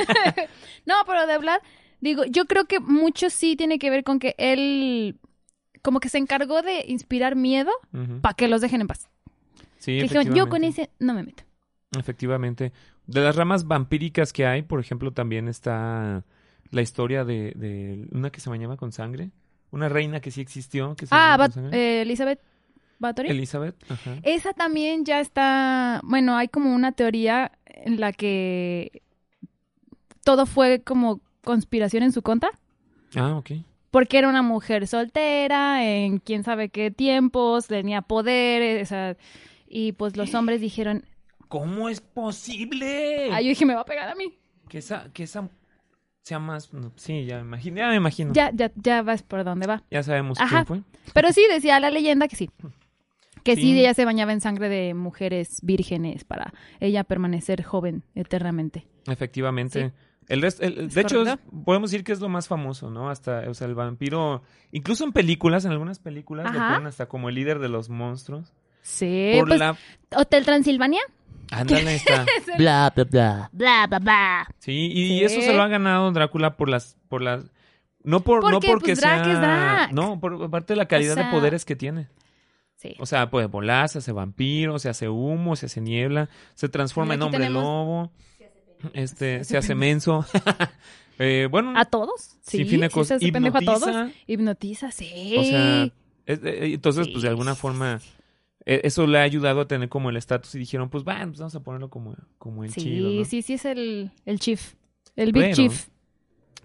[SPEAKER 2] no, pero de hablar, digo, yo creo que mucho sí tiene que ver con que él como que se encargó de inspirar miedo
[SPEAKER 1] Ujú.
[SPEAKER 2] para que los dejen en paz.
[SPEAKER 1] Sí,
[SPEAKER 2] Que dijeron, yo con
[SPEAKER 1] efectivamente.
[SPEAKER 2] ese no me meto.
[SPEAKER 1] Efectivamente. De las ramas vampíricas que hay, por ejemplo, también está la historia de, de una que se bañaba con sangre. Una reina que sí existió. Que se
[SPEAKER 2] Ah,
[SPEAKER 1] bañaba
[SPEAKER 2] Bat-
[SPEAKER 1] con sangre.
[SPEAKER 2] eh, Elizabeth Bathory.
[SPEAKER 1] Elizabeth. Ajá.
[SPEAKER 2] Esa también ya está, bueno, hay como una teoría en la que todo fue como conspiración en su contra,
[SPEAKER 1] Ah, ok.
[SPEAKER 2] porque era una mujer soltera, en quién sabe qué tiempos, tenía poder, o sea, y pues los hombres dijeron,
[SPEAKER 1] ¿Cómo es posible
[SPEAKER 2] ay, yo dije, me va a pegar a mí.
[SPEAKER 1] que esa, que esa sea más... no, sí, ya me imagino. Ya me imagino. Ya,
[SPEAKER 2] Ya, ya, ya vas por dónde va.
[SPEAKER 1] sabemos
[SPEAKER 2] Ajá.
[SPEAKER 1] quién fue.
[SPEAKER 2] Pero sí, decía la leyenda que sí. Que sí.
[SPEAKER 1] Sí.
[SPEAKER 2] ella se bañaba en sangre de mujeres vírgenes para ella permanecer joven eternamente.
[SPEAKER 1] Efectivamente. El rest- el-
[SPEAKER 2] Es
[SPEAKER 1] de hecho,
[SPEAKER 2] correcto.
[SPEAKER 1] es- podemos decir que es lo más famoso, ¿no? Hasta, o sea, el vampiro, incluso en películas, en algunas películas, lo
[SPEAKER 2] Ajá.
[SPEAKER 1] ponen hasta como el líder de los monstruos.
[SPEAKER 2] Sí,
[SPEAKER 1] por
[SPEAKER 2] pues,
[SPEAKER 1] la
[SPEAKER 2] Hotel Transilvania.
[SPEAKER 1] Ándale, está.
[SPEAKER 4] Blah, blah, blah.
[SPEAKER 2] Bla, bla, bla.
[SPEAKER 1] Sí, y,
[SPEAKER 2] Sí.
[SPEAKER 1] eso se lo ha ganado Drácula por las, por las, no por, no
[SPEAKER 2] Porque,
[SPEAKER 1] porque
[SPEAKER 2] pues,
[SPEAKER 1] sea,
[SPEAKER 2] Drac es Drac.
[SPEAKER 1] no, por parte de la calidad
[SPEAKER 2] sea-
[SPEAKER 1] de poderes que tiene.
[SPEAKER 2] Sí.
[SPEAKER 1] O sea, puede volar, se hace vampiro, se hace humo, se hace niebla, se transforma
[SPEAKER 2] Mira,
[SPEAKER 1] en
[SPEAKER 2] aquí
[SPEAKER 1] hombre
[SPEAKER 2] tenemos-
[SPEAKER 1] lobo, este, se hace menso. Eh, bueno,
[SPEAKER 2] ¿A todos? Ah, Sí,
[SPEAKER 1] sin fin de
[SPEAKER 2] sí
[SPEAKER 1] cosas.
[SPEAKER 2] se hace pendejo a todos.
[SPEAKER 1] hipnotiza,
[SPEAKER 2] Hipnotiza, sí.
[SPEAKER 1] O sea, es- eh, entonces,
[SPEAKER 2] Sí,
[SPEAKER 1] pues de alguna
[SPEAKER 2] sí,
[SPEAKER 1] forma, eh, eso le ha ayudado a tener como el estatus y dijeron, pues, bueno, pues vamos a ponerlo como, como el
[SPEAKER 2] sí,
[SPEAKER 1] chido, ¿no?
[SPEAKER 2] sí, sí es el, el chief. El big
[SPEAKER 1] Bueno,
[SPEAKER 2] chief,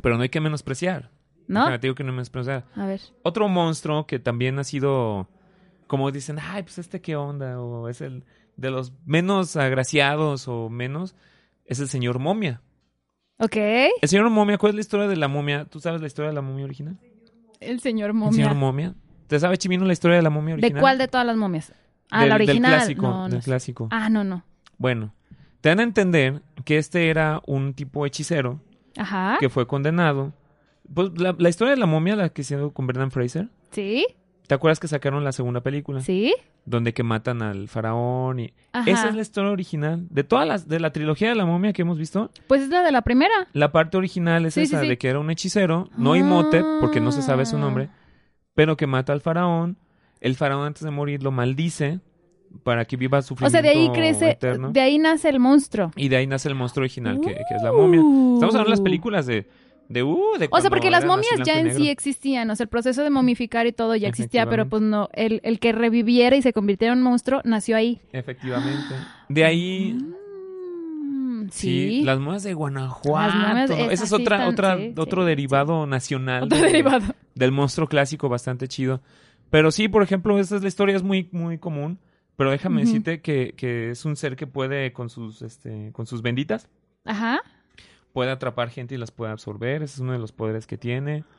[SPEAKER 1] Pero no hay que menospreciar.
[SPEAKER 2] ¿no?
[SPEAKER 1] Déjame, te digo que no hay que menospreciar.
[SPEAKER 2] A ver.
[SPEAKER 1] otro monstruo que también ha sido, como dicen, ay, pues este qué onda, o es el de los menos agraciados o menos, es el señor momia.
[SPEAKER 2] Ok.
[SPEAKER 1] El señor momia, ¿cuál es la historia de la momia? ¿Tú sabes la historia de la momia original?
[SPEAKER 2] El señor
[SPEAKER 1] El
[SPEAKER 2] momia.
[SPEAKER 1] señor momia. ¿Te sabe Chimino la historia de la momia
[SPEAKER 2] ¿De
[SPEAKER 1] original?
[SPEAKER 2] cuál de todas las momias? Ah,
[SPEAKER 1] Del-
[SPEAKER 2] la
[SPEAKER 1] Del
[SPEAKER 2] original.
[SPEAKER 1] clásico.
[SPEAKER 2] No, no
[SPEAKER 1] del
[SPEAKER 2] sé.
[SPEAKER 1] clásico.
[SPEAKER 2] Ah, no, no.
[SPEAKER 1] Bueno, te dan a entender que este era un tipo hechicero
[SPEAKER 2] Ajá.
[SPEAKER 1] que fue condenado. Pues la, la historia de la momia, la que hicieron con Brendan Fraser,
[SPEAKER 2] Sí,
[SPEAKER 1] ¿te acuerdas que sacaron la segunda película?
[SPEAKER 2] sí.
[SPEAKER 1] donde que matan al faraón y
[SPEAKER 2] Ajá.
[SPEAKER 1] esa es la historia original de todas las de la trilogía de la momia que hemos visto
[SPEAKER 2] Pues es la de la primera.
[SPEAKER 1] la parte original es
[SPEAKER 2] Sí, sí,
[SPEAKER 1] esa
[SPEAKER 2] sí.
[SPEAKER 1] de que era un hechicero no Imhotep porque no se sabe su
[SPEAKER 2] Ah.
[SPEAKER 1] nombre pero que mata al faraón el faraón antes de morir lo maldice para que viva su
[SPEAKER 2] O sea, de ahí crece,
[SPEAKER 1] eterno
[SPEAKER 2] de ahí nace el monstruo.
[SPEAKER 1] y de ahí nace el monstruo original que, que es la momia estamos hablando de las
[SPEAKER 2] Uh.
[SPEAKER 1] películas de de uh, de
[SPEAKER 2] O sea,
[SPEAKER 1] cuando
[SPEAKER 2] porque las
[SPEAKER 1] eran así
[SPEAKER 2] momias ya en
[SPEAKER 1] blanco y
[SPEAKER 2] sí
[SPEAKER 1] negro.
[SPEAKER 2] existían, o sea, el proceso de momificar y todo ya existía, pero pues no, el, el que reviviera y se convirtiera en un monstruo nació ahí.
[SPEAKER 1] efectivamente de ahí
[SPEAKER 2] Mm,
[SPEAKER 1] Sí,
[SPEAKER 2] sí.
[SPEAKER 1] las momias de Guanajuato.
[SPEAKER 2] Las momias,
[SPEAKER 1] ¿no?
[SPEAKER 2] esas
[SPEAKER 1] Ese es
[SPEAKER 2] sí
[SPEAKER 1] otra,
[SPEAKER 2] están-
[SPEAKER 1] otra,
[SPEAKER 2] sí,
[SPEAKER 1] otro
[SPEAKER 2] sí,
[SPEAKER 1] derivado nacional
[SPEAKER 2] Otro
[SPEAKER 1] de-
[SPEAKER 2] derivado.
[SPEAKER 1] del monstruo clásico, bastante chido. Pero sí, por ejemplo, esta es la historia, es muy, muy común. Pero déjame
[SPEAKER 2] Ujú.
[SPEAKER 1] decirte que, que es un ser que puede, con sus, este, con sus benditas,
[SPEAKER 2] Ajá.
[SPEAKER 1] puede atrapar gente y las puede absorber. Ese es uno de los poderes que tiene.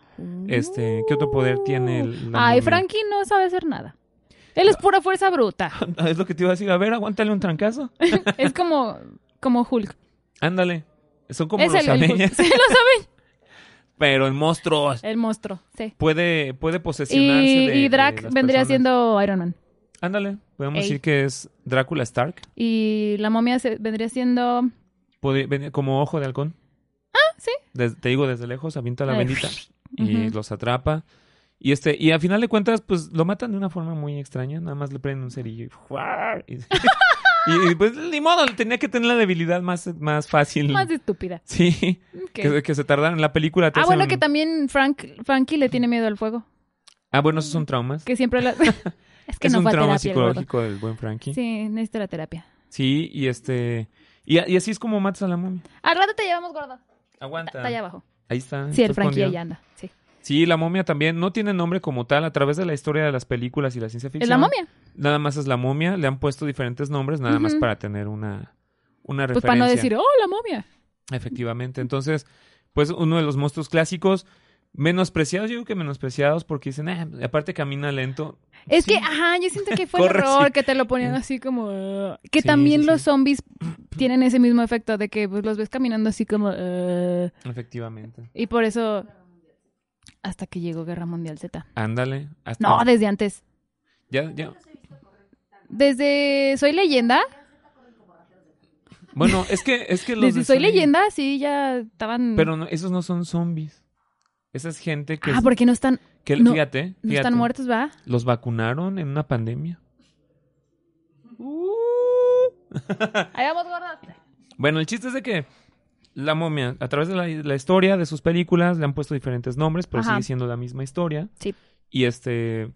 [SPEAKER 1] Este, ¿qué otro poder tiene el- la
[SPEAKER 2] Ay,
[SPEAKER 1] momia?
[SPEAKER 2] Frankie no sabe hacer nada. Él es pura fuerza bruta.
[SPEAKER 1] Es lo que te iba a decir. A ver, aguántale un trancazo.
[SPEAKER 2] es como, como Hulk.
[SPEAKER 1] Ándale. Son como
[SPEAKER 2] es
[SPEAKER 1] los
[SPEAKER 2] el, el Hulk.
[SPEAKER 1] abeñas,
[SPEAKER 2] Sí, los abeñas.
[SPEAKER 1] pero en monstruos.
[SPEAKER 2] El monstruo, sí.
[SPEAKER 1] Puede, puede posesionarse
[SPEAKER 2] Y,
[SPEAKER 1] de-
[SPEAKER 2] y
[SPEAKER 1] de
[SPEAKER 2] Drac
[SPEAKER 1] las
[SPEAKER 2] vendría
[SPEAKER 1] personas.
[SPEAKER 2] siendo Iron Man.
[SPEAKER 1] Ándale, podemos
[SPEAKER 2] Ey.
[SPEAKER 1] decir que es Drácula Stark,
[SPEAKER 2] Y la momia se- vendría siendo.
[SPEAKER 1] Puede venir como ojo de halcón. Ah,
[SPEAKER 2] sí.
[SPEAKER 1] te digo, desde lejos avienta la
[SPEAKER 2] Ay,
[SPEAKER 1] bendita y
[SPEAKER 2] ujú.
[SPEAKER 1] los atrapa. Y este, y a final de cuentas, pues lo matan de una forma muy extraña, nada más le prenden un cerillo y ¡guau! y, y, pues ni modo, tenía que tener la debilidad más, más fácil.
[SPEAKER 2] Más estúpida.
[SPEAKER 1] Sí,
[SPEAKER 2] Ok.
[SPEAKER 1] que, que se tardaron en la película. te
[SPEAKER 2] Ah, bueno,
[SPEAKER 1] hacen-
[SPEAKER 2] que también Frank, Frankie le tiene miedo al fuego.
[SPEAKER 1] Ah, bueno, esos son traumas.
[SPEAKER 2] Que siempre la... es que
[SPEAKER 1] es
[SPEAKER 2] no
[SPEAKER 1] un
[SPEAKER 2] fue a
[SPEAKER 1] trauma
[SPEAKER 2] terapia. el gordo.
[SPEAKER 1] psicológico del buen Frankie. Sí,
[SPEAKER 2] Sí, necesita la terapia.
[SPEAKER 1] y este, y, y así es como matas a la momia.
[SPEAKER 2] Al rato te llevamos gordo.
[SPEAKER 1] Aguanta.
[SPEAKER 2] Está allá abajo.
[SPEAKER 1] Ahí está.
[SPEAKER 2] Sí, el
[SPEAKER 1] está
[SPEAKER 2] Frankie
[SPEAKER 1] escondido.
[SPEAKER 2] allá anda. Sí.
[SPEAKER 1] Sí, la momia también no tiene nombre como tal. A través de la historia de las películas y la ciencia ficción.
[SPEAKER 2] Es la momia.
[SPEAKER 1] Nada más es la momia. Le han puesto diferentes nombres, nada más
[SPEAKER 2] Ujú.
[SPEAKER 1] para tener una, una
[SPEAKER 2] Pues
[SPEAKER 1] referencia.
[SPEAKER 2] para no decir, oh, la momia.
[SPEAKER 1] Efectivamente. Entonces, pues uno de los monstruos clásicos, menospreciados, yo digo que menospreciados porque dicen, "Ah, aparte camina lento.
[SPEAKER 2] Es
[SPEAKER 1] Sí.
[SPEAKER 2] que, ajá, yo siento que fue el
[SPEAKER 1] Corre, sí.
[SPEAKER 2] error que te lo ponían así como... "Ah". que
[SPEAKER 1] Sí,
[SPEAKER 2] también
[SPEAKER 1] sí,
[SPEAKER 2] los
[SPEAKER 1] sí.
[SPEAKER 2] zombies tienen ese mismo efecto de que pues, los ves caminando así como... "Ah".
[SPEAKER 1] Efectivamente.
[SPEAKER 2] y por eso... Hasta que llegó Guerra Mundial Z.
[SPEAKER 1] Ándale. Hasta,
[SPEAKER 2] No, desde antes.
[SPEAKER 1] ya, ya.
[SPEAKER 2] Desde Soy Leyenda.
[SPEAKER 1] Bueno, es que, es que los
[SPEAKER 2] Desde
[SPEAKER 1] de
[SPEAKER 2] Soy
[SPEAKER 1] Sony-
[SPEAKER 2] Leyenda, sí, ya estaban...
[SPEAKER 1] Pero no, esos no son zombies. Esa es gente que,
[SPEAKER 2] ah, porque no están,
[SPEAKER 1] que-
[SPEAKER 2] no-
[SPEAKER 1] fíjate,
[SPEAKER 2] no
[SPEAKER 1] fíjate,
[SPEAKER 2] están muertos, ¿va?
[SPEAKER 1] Los vacunaron en una pandemia.
[SPEAKER 2] Ahí vamos, gordos.
[SPEAKER 1] Uh. Bueno, el chiste es de que la momia, a través de la, la historia de sus películas, le han puesto diferentes nombres, pero
[SPEAKER 2] Ajá.
[SPEAKER 1] sigue siendo la misma historia.
[SPEAKER 2] Sí.
[SPEAKER 1] Y este.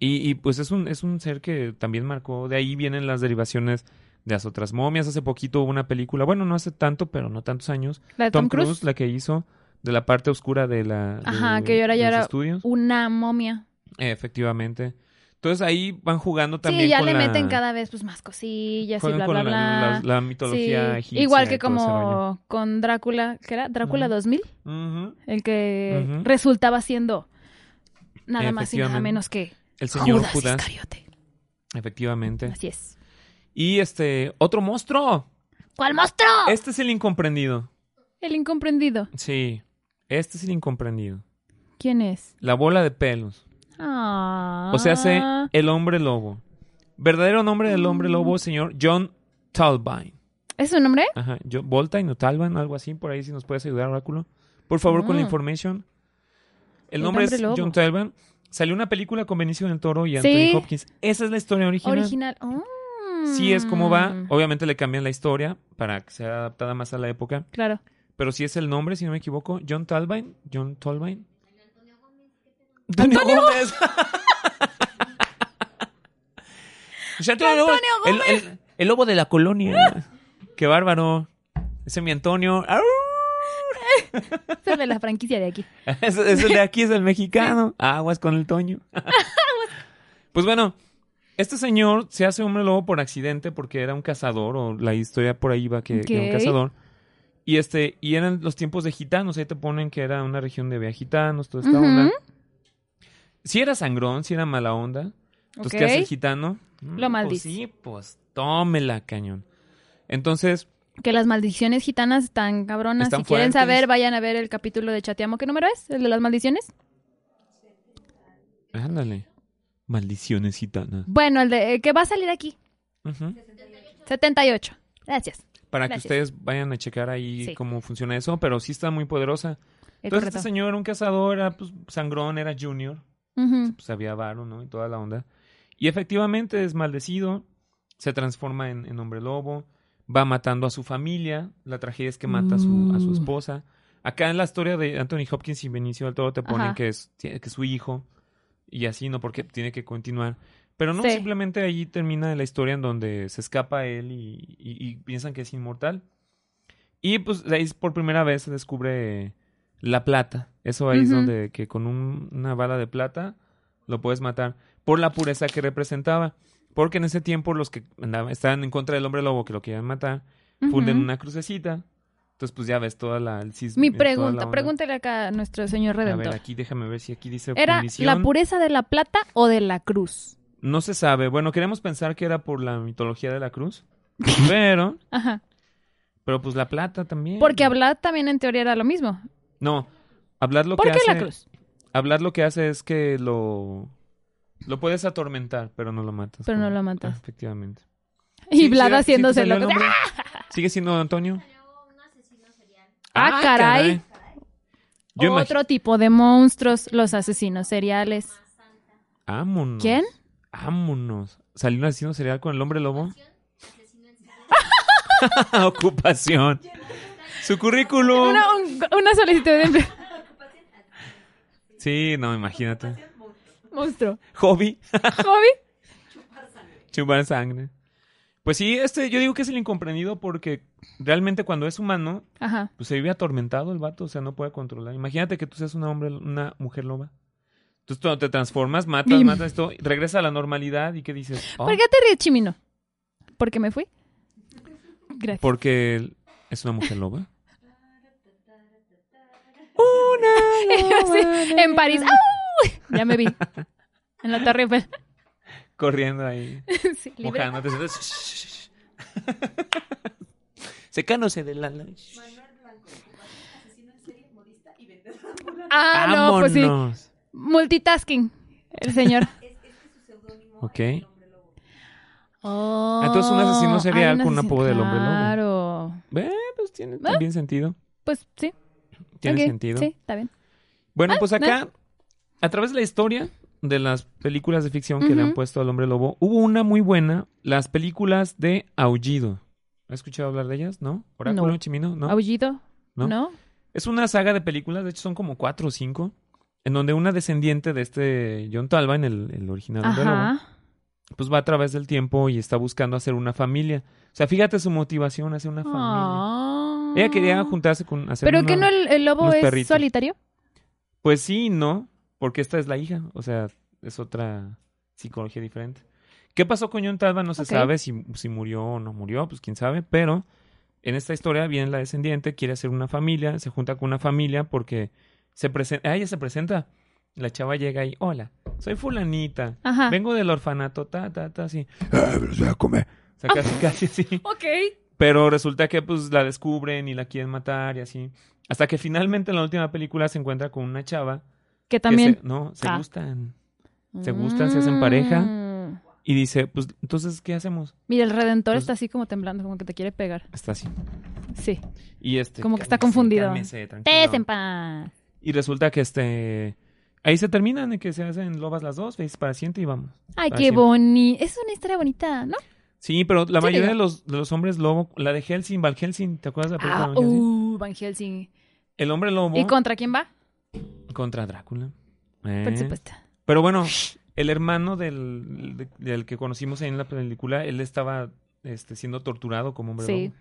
[SPEAKER 1] Y, y, pues es un, es un ser que también marcó. De ahí vienen las derivaciones de las otras momias. Hace poquito hubo una película, bueno, no hace tanto, pero no tantos años.
[SPEAKER 2] La de
[SPEAKER 1] Tom,
[SPEAKER 2] Tom,
[SPEAKER 1] Cruise,
[SPEAKER 2] Cruise.
[SPEAKER 1] la que hizo de la parte oscura de la.
[SPEAKER 2] Ajá,
[SPEAKER 1] de-
[SPEAKER 2] que ahora ya
[SPEAKER 1] de los
[SPEAKER 2] era
[SPEAKER 1] estudios.
[SPEAKER 2] Una momia.
[SPEAKER 1] Efectivamente. Entonces ahí van jugando también.
[SPEAKER 2] sí, ya
[SPEAKER 1] con
[SPEAKER 2] le
[SPEAKER 1] la-
[SPEAKER 2] meten cada vez pues más cosillas y
[SPEAKER 1] juegan
[SPEAKER 2] bla,
[SPEAKER 1] con
[SPEAKER 2] bla,
[SPEAKER 1] la,
[SPEAKER 2] bla.
[SPEAKER 1] la- la mitología
[SPEAKER 2] Sí,
[SPEAKER 1] egipcia
[SPEAKER 2] Igual
[SPEAKER 1] y
[SPEAKER 2] que
[SPEAKER 1] todo ese rollo.
[SPEAKER 2] como con Drácula, que era Drácula
[SPEAKER 1] Ujú.
[SPEAKER 2] 2000,
[SPEAKER 1] Ujú.
[SPEAKER 2] el que
[SPEAKER 1] Ujú.
[SPEAKER 2] resultaba siendo nada más y nada
[SPEAKER 1] Efectivamente.
[SPEAKER 2] menos que
[SPEAKER 1] El señor
[SPEAKER 2] Judas
[SPEAKER 1] Judas.
[SPEAKER 2] Iscariote.
[SPEAKER 1] Efectivamente.
[SPEAKER 2] Así es.
[SPEAKER 1] Y este, otro monstruo.
[SPEAKER 2] Oh. ¿Cuál monstruo?
[SPEAKER 1] Este es el incomprendido.
[SPEAKER 2] El incomprendido.
[SPEAKER 1] Sí, este es el incomprendido.
[SPEAKER 2] ¿Quién es?
[SPEAKER 1] La bola de pelos.
[SPEAKER 2] Ah. Mm.
[SPEAKER 1] O sea, hace el hombre lobo. Verdadero nombre del hombre lobo, señor John Talbine.
[SPEAKER 2] ¿Es su nombre?
[SPEAKER 1] Ajá, yo, Voltaine o Talbine, algo así, por ahí si nos puedes ayudar, Oráculo. Por favor, con la
[SPEAKER 2] Ah.
[SPEAKER 1] information. El
[SPEAKER 2] El
[SPEAKER 1] nombre
[SPEAKER 2] hombre
[SPEAKER 1] es
[SPEAKER 2] lobo.
[SPEAKER 1] John Talbine. Salió una película con Benicio del Toro y Anthony
[SPEAKER 2] Sí.
[SPEAKER 1] Hopkins. Esa es la historia original.
[SPEAKER 2] Original. Mm. Oh.
[SPEAKER 1] Sí es como va. Obviamente le cambian la historia para que sea adaptada más a la época.
[SPEAKER 2] Claro.
[SPEAKER 1] Pero sí es el nombre, si no me equivoco. John Talbine. John Talbine. Antonio Gómez. O sea, Antonio Gómez. El, el- el lobo de la colonia. Qué bárbaro. Ese es mi Antonio. ¡Au!
[SPEAKER 2] Esa es de la franquicia de aquí.
[SPEAKER 1] Es, es el de aquí, es el mexicano. Aguas con el Toño. Pues bueno, este señor se hace hombre lobo por accidente porque era un cazador, o la historia por ahí va que, que era un
[SPEAKER 2] Ok.
[SPEAKER 1] cazador. Y este, y eran los tiempos de gitanos, ahí te ponen que era una región de había gitanos, toda esta
[SPEAKER 2] Ujú.
[SPEAKER 1] onda. Si era sangrón, si era mala onda. Entonces, ¿qué hace el
[SPEAKER 2] Ok.
[SPEAKER 1] gitano? Mm, pues
[SPEAKER 2] maldice.
[SPEAKER 1] sí, pues tómela, cañón. Entonces,
[SPEAKER 2] Que las maldiciones gitanas están cabronas.
[SPEAKER 1] Están
[SPEAKER 2] si quieren
[SPEAKER 1] fuertes.
[SPEAKER 2] saber, vayan a ver el capítulo de Chateamo. ¿Qué número es? ¿El de las maldiciones?
[SPEAKER 1] ándale. Maldiciones gitanas.
[SPEAKER 2] Bueno, el de eh, que va a salir aquí.
[SPEAKER 1] Ujú.
[SPEAKER 2] 78. Gracias.
[SPEAKER 1] Para
[SPEAKER 2] Gracias.
[SPEAKER 1] que ustedes vayan a checar ahí
[SPEAKER 2] Sí.
[SPEAKER 1] cómo funciona eso, pero sí está muy poderosa.
[SPEAKER 2] Es
[SPEAKER 1] Entonces,
[SPEAKER 2] correcto.
[SPEAKER 1] este señor era un cazador, era pues, sangrón, era junior,
[SPEAKER 2] Ujú.
[SPEAKER 1] pues había varo, ¿no? Y toda la onda. Y efectivamente es maldecido, se transforma en, en hombre lobo, va matando a su familia. La tragedia es que mata a, su, a su
[SPEAKER 2] Uh.
[SPEAKER 1] esposa. Acá en la historia de Anthony Hopkins y Benicio del Toro te ponen
[SPEAKER 2] Ajá.
[SPEAKER 1] que es, que es su hijo y así, ¿no? Porque tiene que continuar. Pero no,
[SPEAKER 2] Sí.
[SPEAKER 1] simplemente ahí termina la historia en donde se escapa él y, y- y piensan que es inmortal. Y pues de ahí es por primera vez se descubre la plata. Eso ahí es
[SPEAKER 2] Ujú.
[SPEAKER 1] donde que con un- una bala de plata lo puedes matar por la pureza que representaba. Porque en ese tiempo los que andaban, estaban en contra del hombre lobo que lo querían matar, funden
[SPEAKER 2] Ujú.
[SPEAKER 1] una crucecita. Entonces pues ya ves toda la... El cis-
[SPEAKER 2] Mi
[SPEAKER 1] toda la
[SPEAKER 2] pregunta,
[SPEAKER 1] onda.
[SPEAKER 2] pregúntale acá a nuestro señor
[SPEAKER 1] A ver,
[SPEAKER 2] redentor.
[SPEAKER 1] aquí déjame ver si aquí dice...
[SPEAKER 2] ¿Era la
[SPEAKER 1] fundición.
[SPEAKER 2] pureza de la plata o de la cruz?
[SPEAKER 1] No se sabe. Bueno, queremos pensar que era por la mitología de la cruz. Pero...
[SPEAKER 2] Ajá.
[SPEAKER 1] Pero pues la plata también.
[SPEAKER 2] Porque hablar también en teoría era lo mismo.
[SPEAKER 1] No. Hablar lo
[SPEAKER 2] ¿Por
[SPEAKER 1] que
[SPEAKER 2] qué
[SPEAKER 1] hace...
[SPEAKER 2] la cruz?
[SPEAKER 1] Hablar lo que hace es que lo... Lo puedes atormentar, pero no lo matas.
[SPEAKER 2] Pero no
[SPEAKER 1] Como-
[SPEAKER 2] lo matas.
[SPEAKER 1] Ah, efectivamente.
[SPEAKER 2] Y
[SPEAKER 1] Sí,
[SPEAKER 2] Vlad
[SPEAKER 1] sí, sí,
[SPEAKER 2] haciéndose
[SPEAKER 1] te salió el
[SPEAKER 2] loco.
[SPEAKER 1] nombre. ¿Sigue siendo Antonio?
[SPEAKER 3] un asesino serial.
[SPEAKER 2] Ah, caray.
[SPEAKER 1] Yo imagi-
[SPEAKER 2] Otro tipo de monstruos, los asesinos seriales.
[SPEAKER 1] Vámonos.
[SPEAKER 2] ¿Quién?
[SPEAKER 1] Vámonos. ¿Salió un asesino serial con el hombre lobo?
[SPEAKER 3] Asesino en serie.
[SPEAKER 1] Ocupación. Su currículum.
[SPEAKER 2] Una, un- una solicitud de empleo.
[SPEAKER 1] Sí, no, imagínate.
[SPEAKER 2] monstruo.
[SPEAKER 1] Hobby.
[SPEAKER 2] ¿Hobby?
[SPEAKER 1] Chupar sangre. Pues sí, este yo digo que es el incomprendido porque realmente cuando es humano,
[SPEAKER 2] Ajá.
[SPEAKER 1] pues se vive atormentado el vato, o sea, no puede controlar. Imagínate que tú seas una hombre, una mujer loba. Entonces cuando te transformas, matas,
[SPEAKER 2] Bim.
[SPEAKER 1] matas esto, regresa a la normalidad y qué dices, Oh,
[SPEAKER 2] ¿Por qué te ríes, Chimino? ¿Porque me fui? Gracias.
[SPEAKER 1] Oh, porque es una mujer loba.
[SPEAKER 2] Sí, en París. ¡Au! Ya me vi. En la Torre Eiffel.
[SPEAKER 1] Corriendo ahí.
[SPEAKER 2] Sí, libre.
[SPEAKER 1] mojándote. Entonces, Secándose de la...
[SPEAKER 2] Ah, no, pues sí.
[SPEAKER 1] Vámonos.
[SPEAKER 2] Multitasking. El señor.
[SPEAKER 1] Ok.
[SPEAKER 2] Oh,
[SPEAKER 1] Entonces, un asesino serial
[SPEAKER 2] hay un
[SPEAKER 1] con un apodo del hombre lobo.
[SPEAKER 2] Claro.
[SPEAKER 1] Ve, pues tiene también sentido.
[SPEAKER 2] Pues sí.
[SPEAKER 1] Tiene
[SPEAKER 2] ok,
[SPEAKER 1] sentido.
[SPEAKER 2] Sí, está bien.
[SPEAKER 1] Bueno,
[SPEAKER 2] Ah,
[SPEAKER 1] pues acá,
[SPEAKER 2] dale.
[SPEAKER 1] a través de la historia de las películas de ficción que le han
[SPEAKER 2] Ujú.
[SPEAKER 1] puesto al hombre lobo, hubo una muy buena, las películas de Aullido. ¿Has escuchado hablar de ellas? ¿No? ¿Oráculo,
[SPEAKER 2] No.
[SPEAKER 1] Chimino? ¿No?
[SPEAKER 2] ¿Aullido?
[SPEAKER 1] ¿No?
[SPEAKER 2] ¿No?
[SPEAKER 1] Es una saga de películas, de hecho son como cuatro o cinco, en donde una descendiente de este John Talbot, el, el original hombre lobo,
[SPEAKER 2] Ajá.
[SPEAKER 1] pues va a través del tiempo y está buscando hacer una familia. O sea, fíjate su motivación, hacer una familia.
[SPEAKER 2] Ah.
[SPEAKER 1] Ella quería juntarse con hacer
[SPEAKER 2] ¿Pero
[SPEAKER 1] una-
[SPEAKER 2] que no el, el lobo
[SPEAKER 1] unos
[SPEAKER 2] es
[SPEAKER 1] perritos.
[SPEAKER 2] solitario?
[SPEAKER 1] Pues sí, y no, porque esta es la hija, o sea, es otra psicología diferente. ¿Qué pasó con John Talbot? No se
[SPEAKER 2] Ok.
[SPEAKER 1] sabe si, si murió o no murió, pues quién sabe, pero en esta historia viene la descendiente, quiere hacer una familia, se junta con una familia porque se presenta, ah, ella se presenta, la chava llega y, hola, soy fulanita,
[SPEAKER 2] Ajá.
[SPEAKER 1] vengo del orfanato, ta, ta, ta, así. "Ah, pero se va a comer". O sea, casi, casi así.
[SPEAKER 2] Ok.
[SPEAKER 1] Pero resulta que pues la descubren y la quieren matar y así. Hasta que finalmente en la última película se encuentra con una chava
[SPEAKER 2] Que
[SPEAKER 1] que
[SPEAKER 2] también.
[SPEAKER 1] se- no, se
[SPEAKER 2] Ah.
[SPEAKER 1] gustan. se gustan, se hacen pareja.
[SPEAKER 2] Mm.
[SPEAKER 1] Y dice, pues, entonces, ¿qué hacemos?
[SPEAKER 2] Mira, el redentor
[SPEAKER 1] Pues-
[SPEAKER 2] está así como temblando, como que te quiere pegar.
[SPEAKER 1] Está así.
[SPEAKER 2] Sí.
[SPEAKER 1] Y este.
[SPEAKER 2] Como que está
[SPEAKER 1] cálmese,
[SPEAKER 2] confundido.
[SPEAKER 1] cálmese, tranquilo.
[SPEAKER 2] Tés en paz.
[SPEAKER 1] Y resulta que este. Ahí se terminan en que se hacen lobas las dos, felices para siempre y vamos.
[SPEAKER 2] Ay,
[SPEAKER 1] Para
[SPEAKER 2] qué
[SPEAKER 1] siempre.
[SPEAKER 2] bonito. Es una historia bonita, ¿no?
[SPEAKER 1] Sí, pero la
[SPEAKER 2] Sí,
[SPEAKER 1] mayoría
[SPEAKER 2] digo.
[SPEAKER 1] de los, de los hombres lobo, la de Helsing, Val Helsing, ¿te acuerdas de la película
[SPEAKER 2] Ah,
[SPEAKER 1] de Van Helsing?
[SPEAKER 2] uh, Van Helsing.
[SPEAKER 1] El hombre lobo
[SPEAKER 2] ¿Y contra quién va?
[SPEAKER 1] contra Drácula.
[SPEAKER 2] Por
[SPEAKER 1] Eh.
[SPEAKER 2] supuesto.
[SPEAKER 1] Pero bueno, el hermano del, de- del que conocimos ahí en la película, él estaba este, siendo torturado como hombre
[SPEAKER 2] Sí.
[SPEAKER 1] lobo.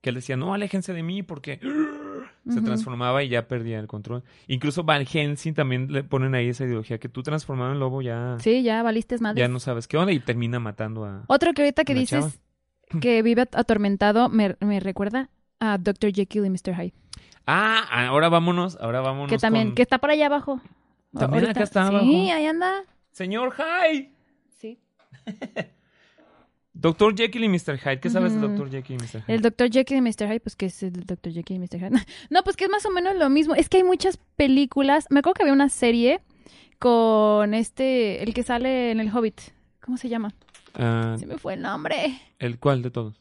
[SPEAKER 1] Que él decía, no, aléjense de mí porque se
[SPEAKER 2] Ujú.
[SPEAKER 1] transformaba y ya perdía el control. Incluso Van Helsing también le ponen ahí esa ideología que tú transformado en lobo ya,
[SPEAKER 2] Sí, ya valiste madre.
[SPEAKER 1] ya no sabes qué onda y termina matando a...
[SPEAKER 2] Otro que ahorita que
[SPEAKER 1] Una
[SPEAKER 2] dices que vive at- atormentado me, me recuerda a Dr. Jekyll y Mr. Hyde.
[SPEAKER 1] Ah, ahora vámonos, ahora vámonos
[SPEAKER 2] Que también,
[SPEAKER 1] con-
[SPEAKER 2] que está para allá abajo.
[SPEAKER 1] También acá está
[SPEAKER 2] Sí,
[SPEAKER 1] abajo.
[SPEAKER 2] ahí anda.
[SPEAKER 1] Señor Hyde.
[SPEAKER 2] Sí.
[SPEAKER 1] Doctor Jekyll y Mr. Hyde. ¿Qué sabes de
[SPEAKER 2] Ujú.
[SPEAKER 1] Doctor Jekyll y Mr. Hyde?
[SPEAKER 2] El Dr. Jekyll y Mr. Hyde, pues que es el Dr. Jekyll y Mr. Hyde. No, pues que es más o menos lo mismo. Es que hay muchas películas. Me acuerdo que había una serie con este, el que sale en El Hobbit. ¿Cómo se llama?
[SPEAKER 1] Ah,
[SPEAKER 2] Se me fue el nombre.
[SPEAKER 1] ¿El cuál de todos?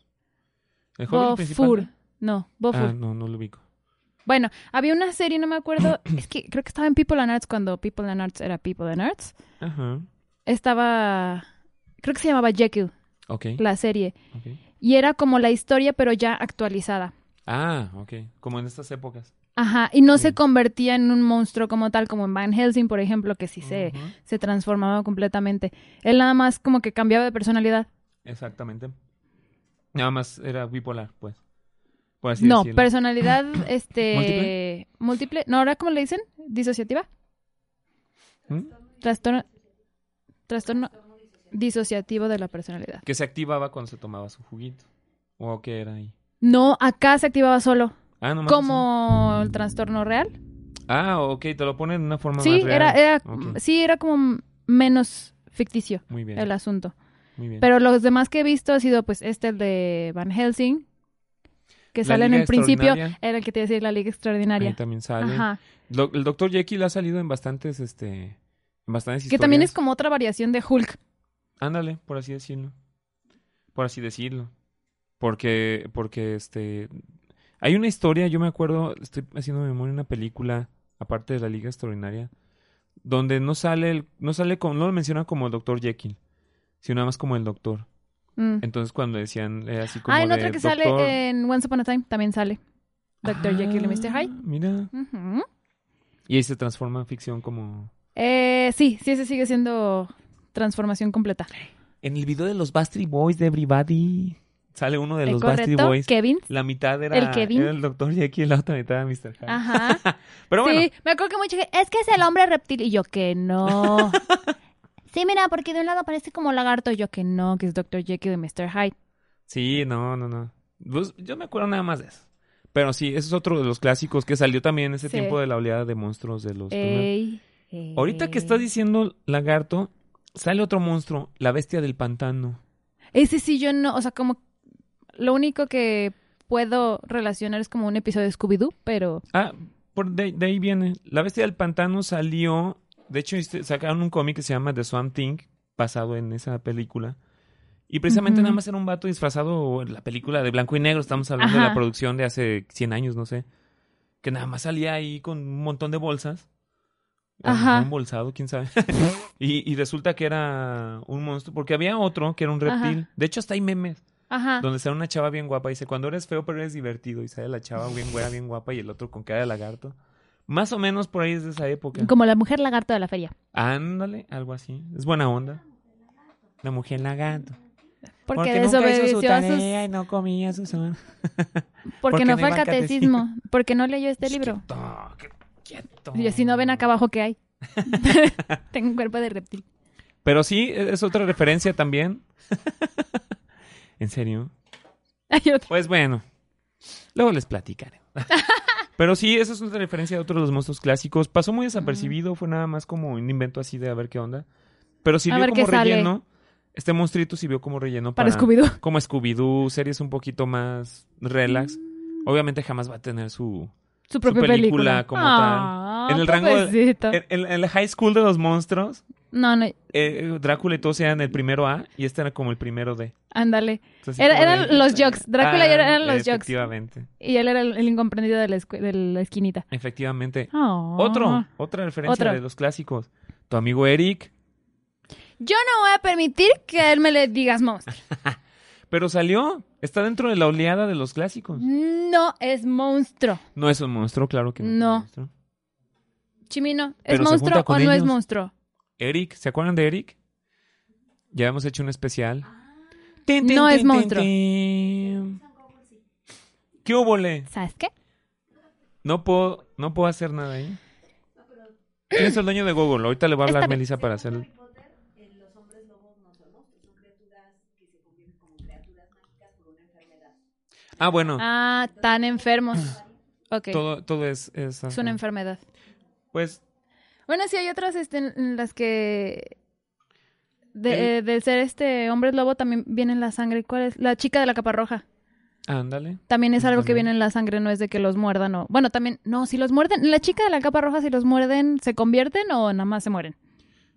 [SPEAKER 1] ¿El joven principal?
[SPEAKER 2] Bofur. No, Bofur.
[SPEAKER 1] Ah, no, no lo ubico.
[SPEAKER 2] Bueno, había una serie, no me acuerdo. es que creo que estaba en People and Arts cuando People and Arts era People and Arts.
[SPEAKER 1] Ajá.
[SPEAKER 2] Estaba. Creo que se llamaba Jekyll,
[SPEAKER 1] Ok.
[SPEAKER 2] la serie.
[SPEAKER 1] ok.
[SPEAKER 2] Y era como la historia, pero ya actualizada.
[SPEAKER 1] Ah, ok. Como en estas épocas.
[SPEAKER 2] Ajá. Y no se
[SPEAKER 1] Sí.
[SPEAKER 2] convertía en un monstruo como tal, como en Van Helsing, por ejemplo, que sí se,
[SPEAKER 1] Ujú.
[SPEAKER 2] se transformaba completamente. Él nada más como que cambiaba de personalidad.
[SPEAKER 1] Exactamente. Nada más era bipolar, pues. Por así
[SPEAKER 2] no,
[SPEAKER 1] decirlo.
[SPEAKER 2] personalidad, este.
[SPEAKER 1] ¿Múltiple?
[SPEAKER 2] ¿Múltiple? No, ahora, ¿cómo le dicen? ¿Disociativa?
[SPEAKER 1] ¿Mm?
[SPEAKER 2] Trastorno. Trastorno disociativo de la personalidad.
[SPEAKER 1] Que se activaba cuando se tomaba su juguito. ¿O qué era ahí?
[SPEAKER 2] No, acá se activaba solo.
[SPEAKER 1] Ah, nomás.
[SPEAKER 2] Como el trastorno real.
[SPEAKER 1] así. Ah, ok. Te lo ponen de una forma
[SPEAKER 2] Sí,
[SPEAKER 1] más real.
[SPEAKER 2] era, era,
[SPEAKER 1] Ok,
[SPEAKER 2] sí, era como menos ficticio
[SPEAKER 1] Muy bien.
[SPEAKER 2] el asunto.
[SPEAKER 1] Muy bien.
[SPEAKER 2] Pero los demás que he visto ha sido pues este el de Van Helsing, que
[SPEAKER 1] La
[SPEAKER 2] sale en
[SPEAKER 1] Liga
[SPEAKER 2] el principio,
[SPEAKER 1] Extraordinaria.
[SPEAKER 2] era el que te iba a decir la Liga
[SPEAKER 1] Ahí
[SPEAKER 2] Extraordinaria.
[SPEAKER 1] también sale.
[SPEAKER 2] Ajá.
[SPEAKER 1] Lo- el Dr. Jekyll ha salido en bastantes, este... En bastantes
[SPEAKER 2] Que también es
[SPEAKER 1] historias.
[SPEAKER 2] como otra variación de Hulk.
[SPEAKER 1] Ándale, por así decirlo. Por así decirlo. Porque, porque este. Hay una historia, yo me acuerdo, estoy haciendo memoria una película, aparte de la Liga Extraordinaria, donde no sale, el, no sale como, no lo menciona como el Dr. Jekyll, sino nada más como el Doctor.
[SPEAKER 2] Mm.
[SPEAKER 1] Entonces cuando decían eh, así como.
[SPEAKER 2] Ah, en
[SPEAKER 1] de
[SPEAKER 2] otra que
[SPEAKER 1] Doctor-
[SPEAKER 2] sale en Once Upon a Time también sale. Dr. Jekyll y Mr.
[SPEAKER 1] Ah,
[SPEAKER 2] Hyde.
[SPEAKER 1] Mira.
[SPEAKER 2] Ujú.
[SPEAKER 1] Y ahí se transforma en ficción como.
[SPEAKER 2] Eh, sí, sí, ese sigue siendo transformación completa.
[SPEAKER 1] En el video de los Bastry Boys de Everybody. sale uno de
[SPEAKER 2] ¿Es
[SPEAKER 1] los Backstreet
[SPEAKER 2] Eh, correcto?
[SPEAKER 1] Boys.
[SPEAKER 2] Kevin.
[SPEAKER 1] La mitad era
[SPEAKER 2] ¿El Kevin?
[SPEAKER 1] era el Dr. Jekyll y la otra mitad era Mr. Hyde.
[SPEAKER 2] Ajá.
[SPEAKER 1] Pero bueno,
[SPEAKER 2] Sí, me acuerdo que mucha gente, es que es el hombre reptil. Y yo que no. sí, mira, porque de un lado parece como lagarto. Y yo que no, que es Dr. Jekyll y Mr. Hyde.
[SPEAKER 1] Sí, no, no, no. Pues, yo me acuerdo nada más de eso. Pero sí, ese es otro de los clásicos que salió también en ese
[SPEAKER 2] Sí. Eh,
[SPEAKER 1] tiempo de la oleada de monstruos de los primeros.
[SPEAKER 2] Ey, ey.
[SPEAKER 1] Pues Ahorita que estás diciendo lagarto, sale otro monstruo, la bestia del pantano.
[SPEAKER 2] Ese sí, yo no. O sea, como. Lo único que puedo relacionar es como un episodio de Scooby-Doo, pero.
[SPEAKER 1] Ah, por de, de ahí viene. La bestia del pantano salió. De hecho, este- sacaron un cómic que se llama The Swamp Thing, basado en esa película. Y precisamente
[SPEAKER 2] Ujú.
[SPEAKER 1] nada más era un vato disfrazado en la película de blanco y negro. Estamos hablando de la
[SPEAKER 2] Ajá.
[SPEAKER 1] producción de hace 100 años, no sé. Que nada más salía ahí con un montón de bolsas. O
[SPEAKER 2] Ajá.
[SPEAKER 1] Un bolsado, quién sabe. y, y resulta que era un monstruo. Porque había otro que era un
[SPEAKER 2] Ajá.
[SPEAKER 1] reptil. De hecho, hasta hay memes.
[SPEAKER 2] Ajá.
[SPEAKER 1] Donde sale una chava bien guapa. Dice, cuando eres feo, pero eres divertido. Y sale la chava bien güera, bien guapa. Y el otro con cara de lagarto. Más o menos por ahí es de esa época.
[SPEAKER 2] Como la mujer lagarto de la feria.
[SPEAKER 1] Ándale, algo así. Es buena onda. La mujer lagarto.
[SPEAKER 2] Porque,
[SPEAKER 1] nunca hizo su
[SPEAKER 2] desobedeció a sus.
[SPEAKER 1] tarea y no comía sus horas.
[SPEAKER 2] Porque no
[SPEAKER 1] no
[SPEAKER 2] fue al
[SPEAKER 1] iba al catecismo.
[SPEAKER 2] catecismo. Porque no leyó este libro.
[SPEAKER 1] Quieto, qué- quieto.
[SPEAKER 2] Y así no ven acá abajo que hay. Tengo un cuerpo de reptil.
[SPEAKER 1] Pero sí, e, es otra referencia también. ¿En serio?
[SPEAKER 2] Hay otro.
[SPEAKER 1] Pues bueno, luego les platicaré. Pero sí, esa es una referencia de otro de los monstruos clásicos. Pasó muy desapercibido, fue nada más como un invento así de a ver qué onda. Pero sirvió
[SPEAKER 2] ver
[SPEAKER 1] como
[SPEAKER 2] qué sale.
[SPEAKER 1] relleno. Este monstruito sirvió como relleno para,
[SPEAKER 2] Para Scooby-Doo.
[SPEAKER 1] como Scooby-Doo, series un poquito más relax.
[SPEAKER 2] Mm.
[SPEAKER 1] Obviamente jamás va a tener su...
[SPEAKER 2] Su propia
[SPEAKER 1] película
[SPEAKER 2] película.
[SPEAKER 1] como
[SPEAKER 2] Ah,
[SPEAKER 1] tal. En el rango de-
[SPEAKER 2] pobrecito.
[SPEAKER 1] En, en- en la high school de los monstruos,
[SPEAKER 2] No, no,
[SPEAKER 1] eh, Drácula y todos eran el primero A y este era como el primero D.
[SPEAKER 2] ándale.
[SPEAKER 1] Entonces,
[SPEAKER 2] Era-
[SPEAKER 1] como Ah,
[SPEAKER 2] eran los jocks. Drácula y eran los jocks.
[SPEAKER 1] Efectivamente,
[SPEAKER 2] Y él era el, el incomprendido de la, escu- de la esquinita.
[SPEAKER 1] efectivamente.
[SPEAKER 2] Ah.
[SPEAKER 1] Otro, otra referencia
[SPEAKER 2] Otro.
[SPEAKER 1] de los clásicos. Tu amigo Eric,
[SPEAKER 2] Yo no voy a permitir que él me le digas monstruo.
[SPEAKER 1] pero salió. Está dentro de la oleada de los clásicos.
[SPEAKER 2] No es monstruo.
[SPEAKER 1] No es un monstruo, claro que no. es un
[SPEAKER 2] No.
[SPEAKER 1] monstruo.
[SPEAKER 2] Chimino, ¿es
[SPEAKER 1] Pero se
[SPEAKER 2] monstruo
[SPEAKER 1] junta
[SPEAKER 2] o
[SPEAKER 1] con
[SPEAKER 2] no es
[SPEAKER 1] ellos.
[SPEAKER 2] monstruo?
[SPEAKER 1] Eric, ¿se acuerdan de Eric? Ya hemos hecho un especial.
[SPEAKER 2] No es monstruo.
[SPEAKER 1] tin. ¿Qué hubole?
[SPEAKER 2] ¿Sabes qué?
[SPEAKER 1] No puedo, no puedo hacer nada ahí. ¿Quién es el dueño de Google? Ahorita le va a hablar
[SPEAKER 2] Está bien.
[SPEAKER 1] Melissa para hacer. Ah, bueno,
[SPEAKER 2] Ah, tan enfermos. Ok,
[SPEAKER 1] todo, todo es, es,
[SPEAKER 2] es una
[SPEAKER 1] ajá.
[SPEAKER 2] enfermedad.
[SPEAKER 1] Pues
[SPEAKER 2] Bueno, sí, hay otras este, en las que.
[SPEAKER 1] El-
[SPEAKER 2] De, eh, de ser este hombre lobo también viene en la sangre. ¿Cuál es? La chica de la capa roja.
[SPEAKER 1] Ándale.
[SPEAKER 2] También es algo que
[SPEAKER 1] También.
[SPEAKER 2] viene en la sangre, no es de que los muerdan o... Bueno, también... No, si los muerden... La chica de la capa roja, si los muerden, ¿se convierten o nada más se mueren?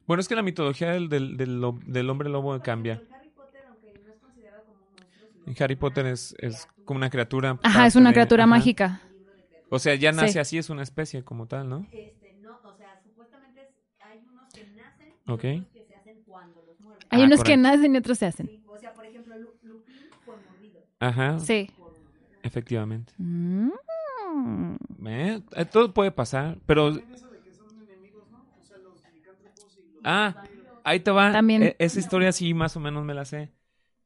[SPEAKER 1] Bueno, es que la mitología del, del, del lo- del hombre lobo cambia. En Harry Potter es, es como una criatura.
[SPEAKER 2] Ajá,
[SPEAKER 1] aparte
[SPEAKER 2] es una
[SPEAKER 1] de-
[SPEAKER 2] criatura
[SPEAKER 1] Ah, ajá.
[SPEAKER 2] mágica.
[SPEAKER 1] O sea, ya nace
[SPEAKER 2] Sí.
[SPEAKER 1] así, es una especie como tal, ¿no?
[SPEAKER 3] Este, no, o sea, supuestamente es- hay unos que nacen y
[SPEAKER 1] Ok.
[SPEAKER 3] otros que se hacen cuando los muerden.
[SPEAKER 2] Hay
[SPEAKER 1] Ah,
[SPEAKER 2] unos que
[SPEAKER 1] correcto.
[SPEAKER 2] nacen y otros se hacen.
[SPEAKER 3] Sí, O sea, por ejemplo, Lu- Lupin fue mordido.
[SPEAKER 1] Ajá,
[SPEAKER 2] Sí.
[SPEAKER 1] efectivamente.
[SPEAKER 2] Mm.
[SPEAKER 1] ¿Eh? Eh, Todo puede pasar, pero... Ah, ahí te va.
[SPEAKER 2] También.
[SPEAKER 1] E- esa historia sí, más o menos me la sé.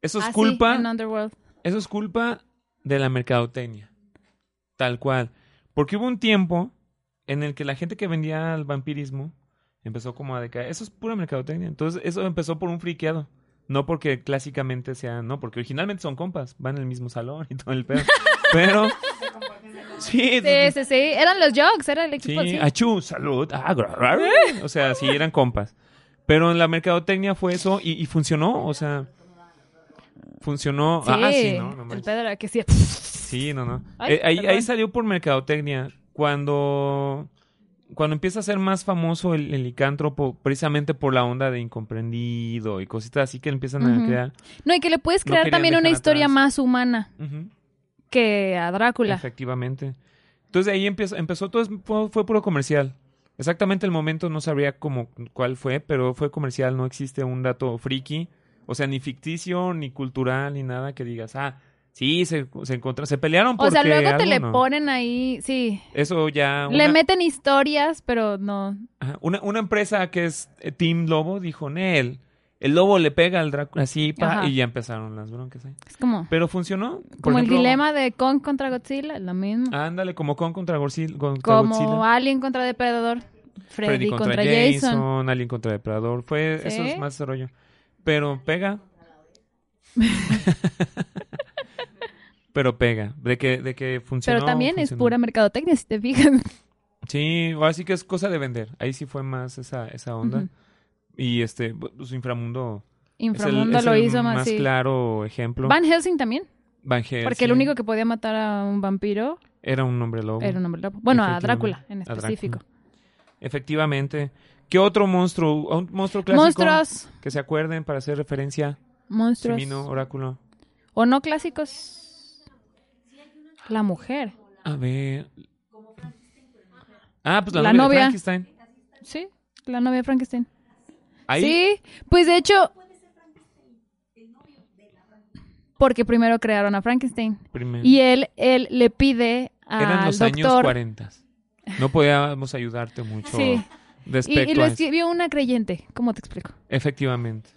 [SPEAKER 1] Eso es
[SPEAKER 2] Ah, sí,
[SPEAKER 1] culpa...
[SPEAKER 2] en Underworld.
[SPEAKER 1] Eso es culpa de la mercadotecnia. Tal cual. Porque hubo un tiempo en el que la gente que vendía el vampirismo empezó como a decaer. Eso es pura mercadotecnia. Entonces, eso empezó por un friqueado. No porque clásicamente sea, no, porque originalmente son compas, van al mismo salón y todo el pedo. Pero. sí,
[SPEAKER 2] Sí, sí, sí. Eran los Jokes, era el
[SPEAKER 1] sí,
[SPEAKER 2] equipo. Sí.
[SPEAKER 1] achú, salud. ah, gra, gra, gra. O sea, sí, eran compas. Pero en la mercadotecnia fue eso y, y funcionó, o sea. Funcionó.
[SPEAKER 2] Sí,
[SPEAKER 1] Ah, sí, no, no
[SPEAKER 2] el
[SPEAKER 1] manches.
[SPEAKER 2] pedo era que sí.
[SPEAKER 1] Sí, no, no.
[SPEAKER 2] Ay,
[SPEAKER 1] Eh, ahí,
[SPEAKER 2] perdón.
[SPEAKER 1] ahí salió por mercadotecnia. Cuando, cuando empieza a ser más famoso el, el licántropo, precisamente por la onda de incomprendido y cositas así que le empiezan a
[SPEAKER 2] Ujú.
[SPEAKER 1] crear.
[SPEAKER 2] No, y que le puedes
[SPEAKER 1] No
[SPEAKER 2] crear
[SPEAKER 1] querían
[SPEAKER 2] también una
[SPEAKER 1] dejar
[SPEAKER 2] historia
[SPEAKER 1] atrás.
[SPEAKER 2] más humana
[SPEAKER 1] Ujú,
[SPEAKER 2] que a Drácula.
[SPEAKER 1] Efectivamente. Entonces ahí empezó, empezó todo, es- fue, fue puro comercial. Exactamente el momento no sabría cómo, cuál fue, pero fue comercial, no existe un dato friki. O sea, ni ficticio, ni cultural, ni nada que digas, ah, sí, se, se encontraron, se pelearon porque
[SPEAKER 2] O sea, luego te
[SPEAKER 1] algo,
[SPEAKER 2] le
[SPEAKER 1] ¿no?
[SPEAKER 2] ponen ahí... Sí.
[SPEAKER 1] Eso ya...
[SPEAKER 2] Le
[SPEAKER 1] una-
[SPEAKER 2] meten historias, pero no...
[SPEAKER 1] Ajá, Una, una empresa que es eh, Team Lobo dijo, Nel, El lobo le pega al Drácula así pa,
[SPEAKER 2] Ajá.
[SPEAKER 1] y ya empezaron las broncas ahí.
[SPEAKER 2] Es como,
[SPEAKER 1] Pero funcionó. Por
[SPEAKER 2] como el
[SPEAKER 1] ejemplo,
[SPEAKER 2] dilema de Kong contra Godzilla, lo mismo.
[SPEAKER 1] Ándale, como con contra Godzilla. Contra
[SPEAKER 2] como
[SPEAKER 1] Godzilla.
[SPEAKER 2] Alien contra Depredador,
[SPEAKER 1] Freddy
[SPEAKER 2] Freddy, contra, Jason.
[SPEAKER 1] Alien contra Depredador. Fue,
[SPEAKER 2] Sí.
[SPEAKER 1] eso es más rollo. Pero pega. Pero pega. De que, de que funcionó.
[SPEAKER 2] Pero también es
[SPEAKER 1] funcionó.
[SPEAKER 2] pura mercadotecnia, si te fijas.
[SPEAKER 1] Sí, ahora sí que es cosa de vender. Ahí sí fue más esa, esa onda.
[SPEAKER 2] Ujú.
[SPEAKER 1] Y este, su inframundo. es el-
[SPEAKER 2] Inframundo
[SPEAKER 1] es
[SPEAKER 2] lo
[SPEAKER 1] el
[SPEAKER 2] hizo más, así.
[SPEAKER 1] claro ejemplo.
[SPEAKER 2] Van Helsing también,
[SPEAKER 1] Van Helsing
[SPEAKER 2] porque el único que podía matar a un vampiro
[SPEAKER 1] Era un hombre lobo.
[SPEAKER 2] era un hombre lobo. Bueno, a
[SPEAKER 1] Efectivamente,
[SPEAKER 2] Drácula en
[SPEAKER 1] a Drácula.
[SPEAKER 2] específico.
[SPEAKER 1] Efectivamente. ¿Qué otro monstruo? Un monstruo clásico.
[SPEAKER 2] Monstruos,
[SPEAKER 1] Que se acuerden para hacer referencia.
[SPEAKER 2] monstruos.
[SPEAKER 1] Simino, oráculo.
[SPEAKER 2] O no clásicos. La mujer,
[SPEAKER 1] A ver. Ah, pues la,
[SPEAKER 2] La
[SPEAKER 1] novia. de
[SPEAKER 2] novia.
[SPEAKER 1] Frankenstein.
[SPEAKER 2] ¿sí? La novia de Frankenstein.
[SPEAKER 1] Ahí.
[SPEAKER 2] Sí, pues de hecho. Porque primero crearon a Frankenstein.
[SPEAKER 1] primero.
[SPEAKER 2] Y él, él le pide al
[SPEAKER 1] Eran los años
[SPEAKER 2] doctor.
[SPEAKER 1] 40. No podíamos ayudarte mucho.
[SPEAKER 2] Sí. y,
[SPEAKER 1] Respecto
[SPEAKER 2] y lo
[SPEAKER 1] a eso.
[SPEAKER 2] escribió una creyente. ¿Cómo te explico? Efectivamente.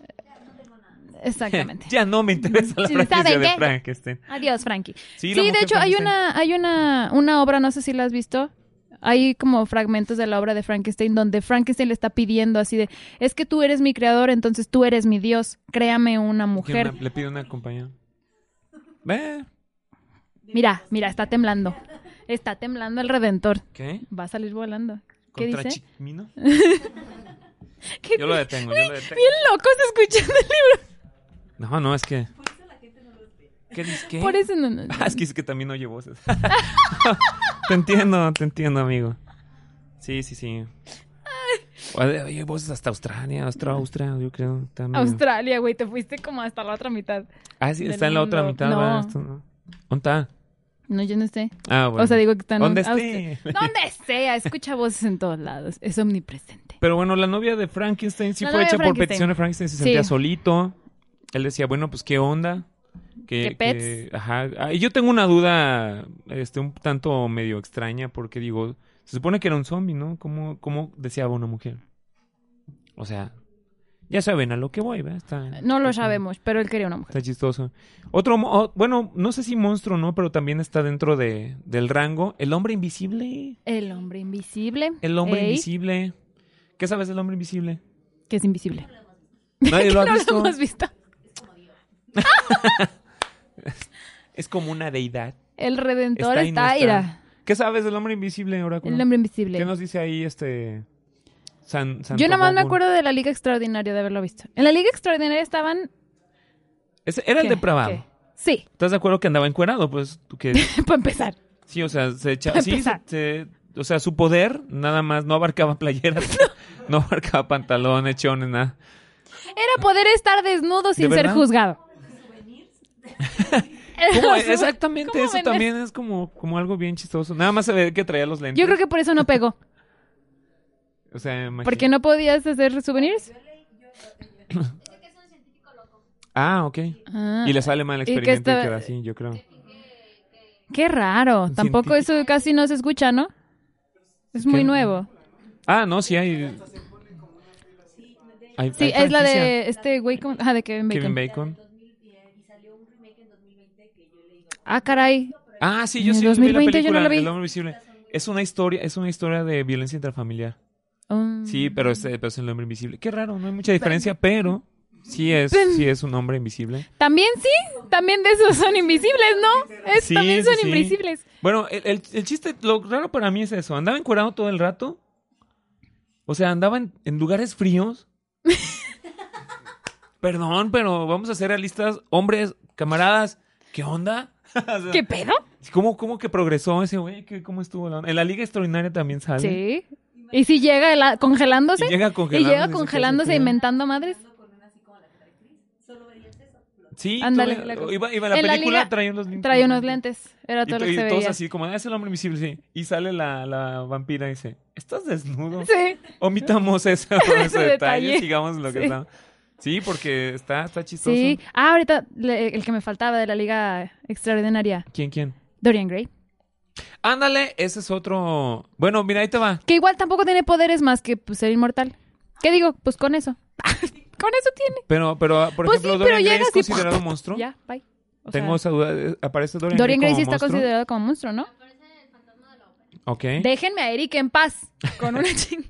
[SPEAKER 2] Exactamente.
[SPEAKER 1] ya no me interesa la
[SPEAKER 2] Sí,
[SPEAKER 1] franquicia
[SPEAKER 2] ¿saben
[SPEAKER 1] de
[SPEAKER 2] qué?
[SPEAKER 1] Frankenstein.
[SPEAKER 2] Adiós, Frankie.
[SPEAKER 1] Sí,
[SPEAKER 2] Sí,
[SPEAKER 1] la
[SPEAKER 2] de
[SPEAKER 1] mujer
[SPEAKER 2] hecho, hay
[SPEAKER 1] Frankenstein.
[SPEAKER 2] una, hay una, una obra, no sé si la has visto. Hay como fragmentos de la obra de Frankenstein donde Frankenstein le está pidiendo así de, es que tú eres mi creador, entonces tú eres mi dios, créame una
[SPEAKER 1] ¿Quién
[SPEAKER 2] mujer.
[SPEAKER 1] una- le pido una compañía. Ve,
[SPEAKER 2] Mira, mira, está temblando. Está temblando el redentor.
[SPEAKER 1] ¿Qué?
[SPEAKER 2] Va a salir volando. ¿Qué
[SPEAKER 1] ¿Contra
[SPEAKER 2] dice?
[SPEAKER 1] Chimino?
[SPEAKER 2] ¿Qué
[SPEAKER 1] Yo lo detengo, yo lo detengo.
[SPEAKER 2] Bien loco se escuchando el libro.
[SPEAKER 1] No, no, es que. ¿Qué dices? ¿Qué?
[SPEAKER 2] Por eso no, no, no.
[SPEAKER 1] Ah, es que dice que también oye voces. te entiendo, te entiendo, amigo. Sí, sí, sí. Oye, oye, voces hasta Australia, hasta Austria, yo creo. También.
[SPEAKER 2] Australia, güey, te fuiste como hasta la otra mitad.
[SPEAKER 1] Ah, sí,
[SPEAKER 2] del
[SPEAKER 1] está en la otra
[SPEAKER 2] mundo.
[SPEAKER 1] mitad.
[SPEAKER 2] No.
[SPEAKER 1] ¿verdad? Esto, No. ¿Dónde está?
[SPEAKER 2] No, yo no sé.
[SPEAKER 1] Ah, bueno.
[SPEAKER 2] O sea, digo que están...
[SPEAKER 1] ¿Dónde
[SPEAKER 2] Austria-
[SPEAKER 1] esté?
[SPEAKER 2] Donde sea, Ah, escucha voces en todos lados. Es omnipresente.
[SPEAKER 1] Pero bueno, la novia de Frankenstein sí
[SPEAKER 2] La
[SPEAKER 1] fue
[SPEAKER 2] novia de
[SPEAKER 1] hecha por
[SPEAKER 2] Frankenstein.
[SPEAKER 1] petición de Frankenstein, se
[SPEAKER 2] Sí.
[SPEAKER 1] sentía solito. Él decía, bueno, pues qué onda. Que,
[SPEAKER 2] ¿Qué
[SPEAKER 1] que-
[SPEAKER 2] pets?
[SPEAKER 1] ajá. Ah, y yo tengo una duda este, un tanto medio extraña, porque digo, se supone que era un zombie, ¿no? ¿Cómo, cómo deseaba una mujer? O sea, ya saben a lo que voy, ¿verdad? Está-
[SPEAKER 2] No lo
[SPEAKER 1] está-
[SPEAKER 2] sabemos, pero él quería una mujer.
[SPEAKER 1] Está chistoso. Otro, mo- o- bueno, no sé si monstruo, ¿no? Pero también está dentro de, del rango. El hombre invisible.
[SPEAKER 2] El hombre invisible.
[SPEAKER 1] El hombre
[SPEAKER 2] Ey,
[SPEAKER 1] invisible. ¿Qué sabes del hombre invisible?
[SPEAKER 2] Que es invisible.
[SPEAKER 1] Nadie lo ha
[SPEAKER 2] no
[SPEAKER 1] visto.
[SPEAKER 2] lo hemos visto.
[SPEAKER 1] Es como una deidad.
[SPEAKER 2] El redentor
[SPEAKER 1] Está y no
[SPEAKER 2] está,
[SPEAKER 1] está.
[SPEAKER 2] ira.
[SPEAKER 1] ¿Qué sabes del hombre invisible, Oráculo?
[SPEAKER 2] El hombre invisible.
[SPEAKER 1] ¿Qué nos dice ahí este San, Santo
[SPEAKER 2] Yo nada más me
[SPEAKER 1] Bobo?
[SPEAKER 2] acuerdo de la Liga Extraordinaria de haberlo visto. En la Liga Extraordinaria estaban...
[SPEAKER 1] Ese era el
[SPEAKER 2] ¿qué?
[SPEAKER 1] depravado.
[SPEAKER 2] ¿Qué? Sí,
[SPEAKER 1] ¿Estás de acuerdo que andaba encuerado? Pues tú que
[SPEAKER 2] para empezar.
[SPEAKER 1] sí, o sea, se echa-
[SPEAKER 2] Para
[SPEAKER 1] sí, se-
[SPEAKER 2] empezar.
[SPEAKER 1] se- o sea, su poder nada más no abarcaba playeras, no abarcaba pantalones, chones, nada.
[SPEAKER 2] Era poder estar desnudo sin
[SPEAKER 1] ¿De
[SPEAKER 2] ser
[SPEAKER 1] verdad?
[SPEAKER 2] juzgado.
[SPEAKER 1] ¿Cómo?
[SPEAKER 2] Era su-
[SPEAKER 1] Exactamente,
[SPEAKER 2] ¿cómo
[SPEAKER 1] eso
[SPEAKER 2] vender?
[SPEAKER 1] también es como, como algo bien chistoso. Nada más se ve que traía los lentes.
[SPEAKER 2] Yo creo que por eso no pegó.
[SPEAKER 1] o sea, imagínate.
[SPEAKER 2] Porque no podías hacer souvenirs.
[SPEAKER 1] Ah, ok.
[SPEAKER 2] Ah,
[SPEAKER 1] Y le sale mal el
[SPEAKER 2] Y que
[SPEAKER 1] experimento y
[SPEAKER 2] estaba-
[SPEAKER 1] queda así, yo creo.
[SPEAKER 2] Qué raro.
[SPEAKER 1] Un
[SPEAKER 2] Tampoco eso casi no se escucha, ¿no? Es muy
[SPEAKER 1] ¿Qué?
[SPEAKER 2] nuevo.
[SPEAKER 1] Ah, no, sí hay. hay-
[SPEAKER 2] Sí,
[SPEAKER 1] hay
[SPEAKER 2] es la
[SPEAKER 1] franquicia.
[SPEAKER 2] de este güey. ¿cómo? Ah, de Kevin Bacon.
[SPEAKER 1] Kevin Bacon.
[SPEAKER 2] Ah, caray.
[SPEAKER 1] Ah, sí,
[SPEAKER 2] En
[SPEAKER 1] yo
[SPEAKER 2] el
[SPEAKER 1] sí
[SPEAKER 2] 2020
[SPEAKER 1] vi la película,
[SPEAKER 2] yo no la vi.
[SPEAKER 1] El hombre invisible. Es una historia, es una historia de violencia intrafamiliar.
[SPEAKER 2] Um,
[SPEAKER 1] Sí, pero es, pero es el hombre invisible. Qué raro, no hay mucha diferencia, pero sí es,
[SPEAKER 2] Pen-
[SPEAKER 1] sí es un hombre invisible.
[SPEAKER 2] También sí. También de esos son invisibles, ¿no? Es-
[SPEAKER 1] Sí,
[SPEAKER 2] también
[SPEAKER 1] sí,
[SPEAKER 2] son
[SPEAKER 1] sí.
[SPEAKER 2] invisibles.
[SPEAKER 1] Bueno, el, el- el chiste, lo raro para mí es eso. Andaba encuerado todo el rato. O sea, andaba en, en lugares fríos. Perdón, pero vamos a ser realistas. Hombres, camaradas, ¿qué onda? O sea,
[SPEAKER 2] ¿Qué pedo?
[SPEAKER 1] ¿Cómo, ¿Cómo que progresó ese güey? ¿Qué- ¿Cómo estuvo la onda? En la Liga Extraordinaria también sale.
[SPEAKER 2] Sí. Y si llega hela- congelándose.
[SPEAKER 1] Y llega
[SPEAKER 2] Y
[SPEAKER 1] congelándose.
[SPEAKER 2] llega congelándose,
[SPEAKER 1] y
[SPEAKER 2] inventando madres.
[SPEAKER 1] Sí,
[SPEAKER 2] Ándale,
[SPEAKER 1] todavía-
[SPEAKER 2] la cosa.
[SPEAKER 1] iba, iba la
[SPEAKER 2] En la
[SPEAKER 1] película,
[SPEAKER 2] liga
[SPEAKER 1] traía unos lentes.
[SPEAKER 2] Trae unos lentes. Era
[SPEAKER 1] Y,
[SPEAKER 2] todo lo
[SPEAKER 1] to-
[SPEAKER 2] que
[SPEAKER 1] y
[SPEAKER 2] se
[SPEAKER 1] todos
[SPEAKER 2] veía.
[SPEAKER 1] así, como, "Ah, es el hombre invisible, sí. Y sale la, la vampira y dice, ¿estás desnudo?
[SPEAKER 2] Sí.
[SPEAKER 1] Omitamos ese, ese
[SPEAKER 2] detalle.
[SPEAKER 1] detalle, sigamos lo que
[SPEAKER 2] Sí.
[SPEAKER 1] está. Sí, porque está, está chistoso.
[SPEAKER 2] Sí. Ah, ahorita le- el que me faltaba de la Liga Extraordinaria,
[SPEAKER 1] ¿Quién, quién?
[SPEAKER 2] Dorian Gray.
[SPEAKER 1] Ándale, ese es otro... Bueno, mira, ahí te va.
[SPEAKER 2] Que igual tampoco tiene poderes más que pues, ser inmortal. ¿Qué digo? Pues con eso. Con eso tiene.
[SPEAKER 1] Pero, pero ah, por
[SPEAKER 2] Pues sí,
[SPEAKER 1] ejemplo,
[SPEAKER 2] pero
[SPEAKER 1] ¿Dorian Gray
[SPEAKER 2] llega
[SPEAKER 1] es
[SPEAKER 2] así,
[SPEAKER 1] considerado un monstruo?
[SPEAKER 2] Ya, bye. O
[SPEAKER 1] Tengo esa
[SPEAKER 2] sea,
[SPEAKER 1] duda. eh, ¿Aparece Dorian,
[SPEAKER 2] Dorian Gray sí
[SPEAKER 1] Gray
[SPEAKER 2] está
[SPEAKER 1] como monstruo?
[SPEAKER 2] considerado como monstruo, ¿no?
[SPEAKER 1] Ok.
[SPEAKER 2] Déjenme a Eric en paz. Con una ching.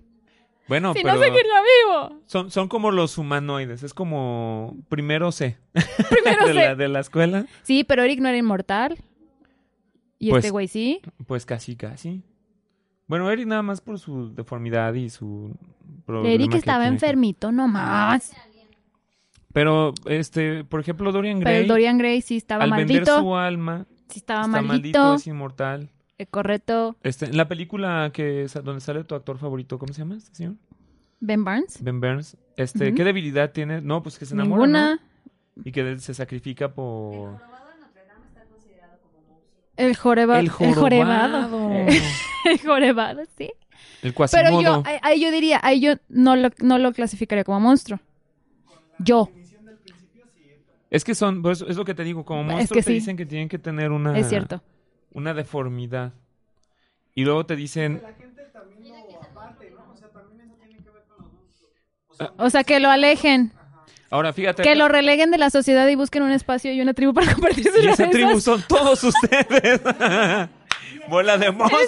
[SPEAKER 1] Bueno,
[SPEAKER 2] si
[SPEAKER 1] pero
[SPEAKER 2] no seguiría vivo.
[SPEAKER 1] son, son como los humanoides. Es como primero C
[SPEAKER 2] Primero
[SPEAKER 1] de,
[SPEAKER 2] sé.
[SPEAKER 1] la, de la escuela.
[SPEAKER 2] Sí, pero Eric no era inmortal. Y
[SPEAKER 1] Pues-
[SPEAKER 2] este güey sí.
[SPEAKER 1] Pues casi, casi. Bueno, Eric nada más por su deformidad y su problema
[SPEAKER 2] Eric
[SPEAKER 1] que
[SPEAKER 2] estaba
[SPEAKER 1] tiene.
[SPEAKER 2] enfermito nomás.
[SPEAKER 1] Pero, este, por ejemplo, Dorian
[SPEAKER 2] Pero
[SPEAKER 1] Gray,
[SPEAKER 2] el Dorian Gray sí estaba
[SPEAKER 1] al vender
[SPEAKER 2] maldito.
[SPEAKER 1] su alma,
[SPEAKER 2] Sí estaba
[SPEAKER 1] está
[SPEAKER 2] maldito.
[SPEAKER 1] maldito, es inmortal.
[SPEAKER 2] eh, correcto.
[SPEAKER 1] Este, en la película que sa- donde sale tu actor favorito, ¿cómo se llama este señor?
[SPEAKER 2] Ben Barnes.
[SPEAKER 1] Ben Burns. Este,
[SPEAKER 2] Ujú.
[SPEAKER 1] ¿qué debilidad tiene? No, pues que se enamora,
[SPEAKER 2] Ninguna.
[SPEAKER 1] ¿no? Y que él se sacrifica por
[SPEAKER 2] El joreba- el jorobado. El jorobado, sí.
[SPEAKER 1] El
[SPEAKER 2] Pero yo,
[SPEAKER 1] cuasimodo.
[SPEAKER 2] ahí, ahí yo diría, ahí yo no lo, no lo clasificaría como monstruo. Yo.
[SPEAKER 1] Es que son, pues, es lo que te digo, como
[SPEAKER 2] Es
[SPEAKER 1] monstruos
[SPEAKER 2] que
[SPEAKER 1] te
[SPEAKER 2] sí.
[SPEAKER 1] dicen que tienen que tener una
[SPEAKER 2] Es cierto.
[SPEAKER 1] una deformidad. Y luego te dicen,
[SPEAKER 2] O sea, que lo alejen,
[SPEAKER 1] ahora fíjate,
[SPEAKER 2] que lo releguen de la sociedad y busquen un espacio y una tribu para compartir sus
[SPEAKER 1] y esa
[SPEAKER 2] cabezas.
[SPEAKER 1] tribu son todos ustedes. Bola de monstruos.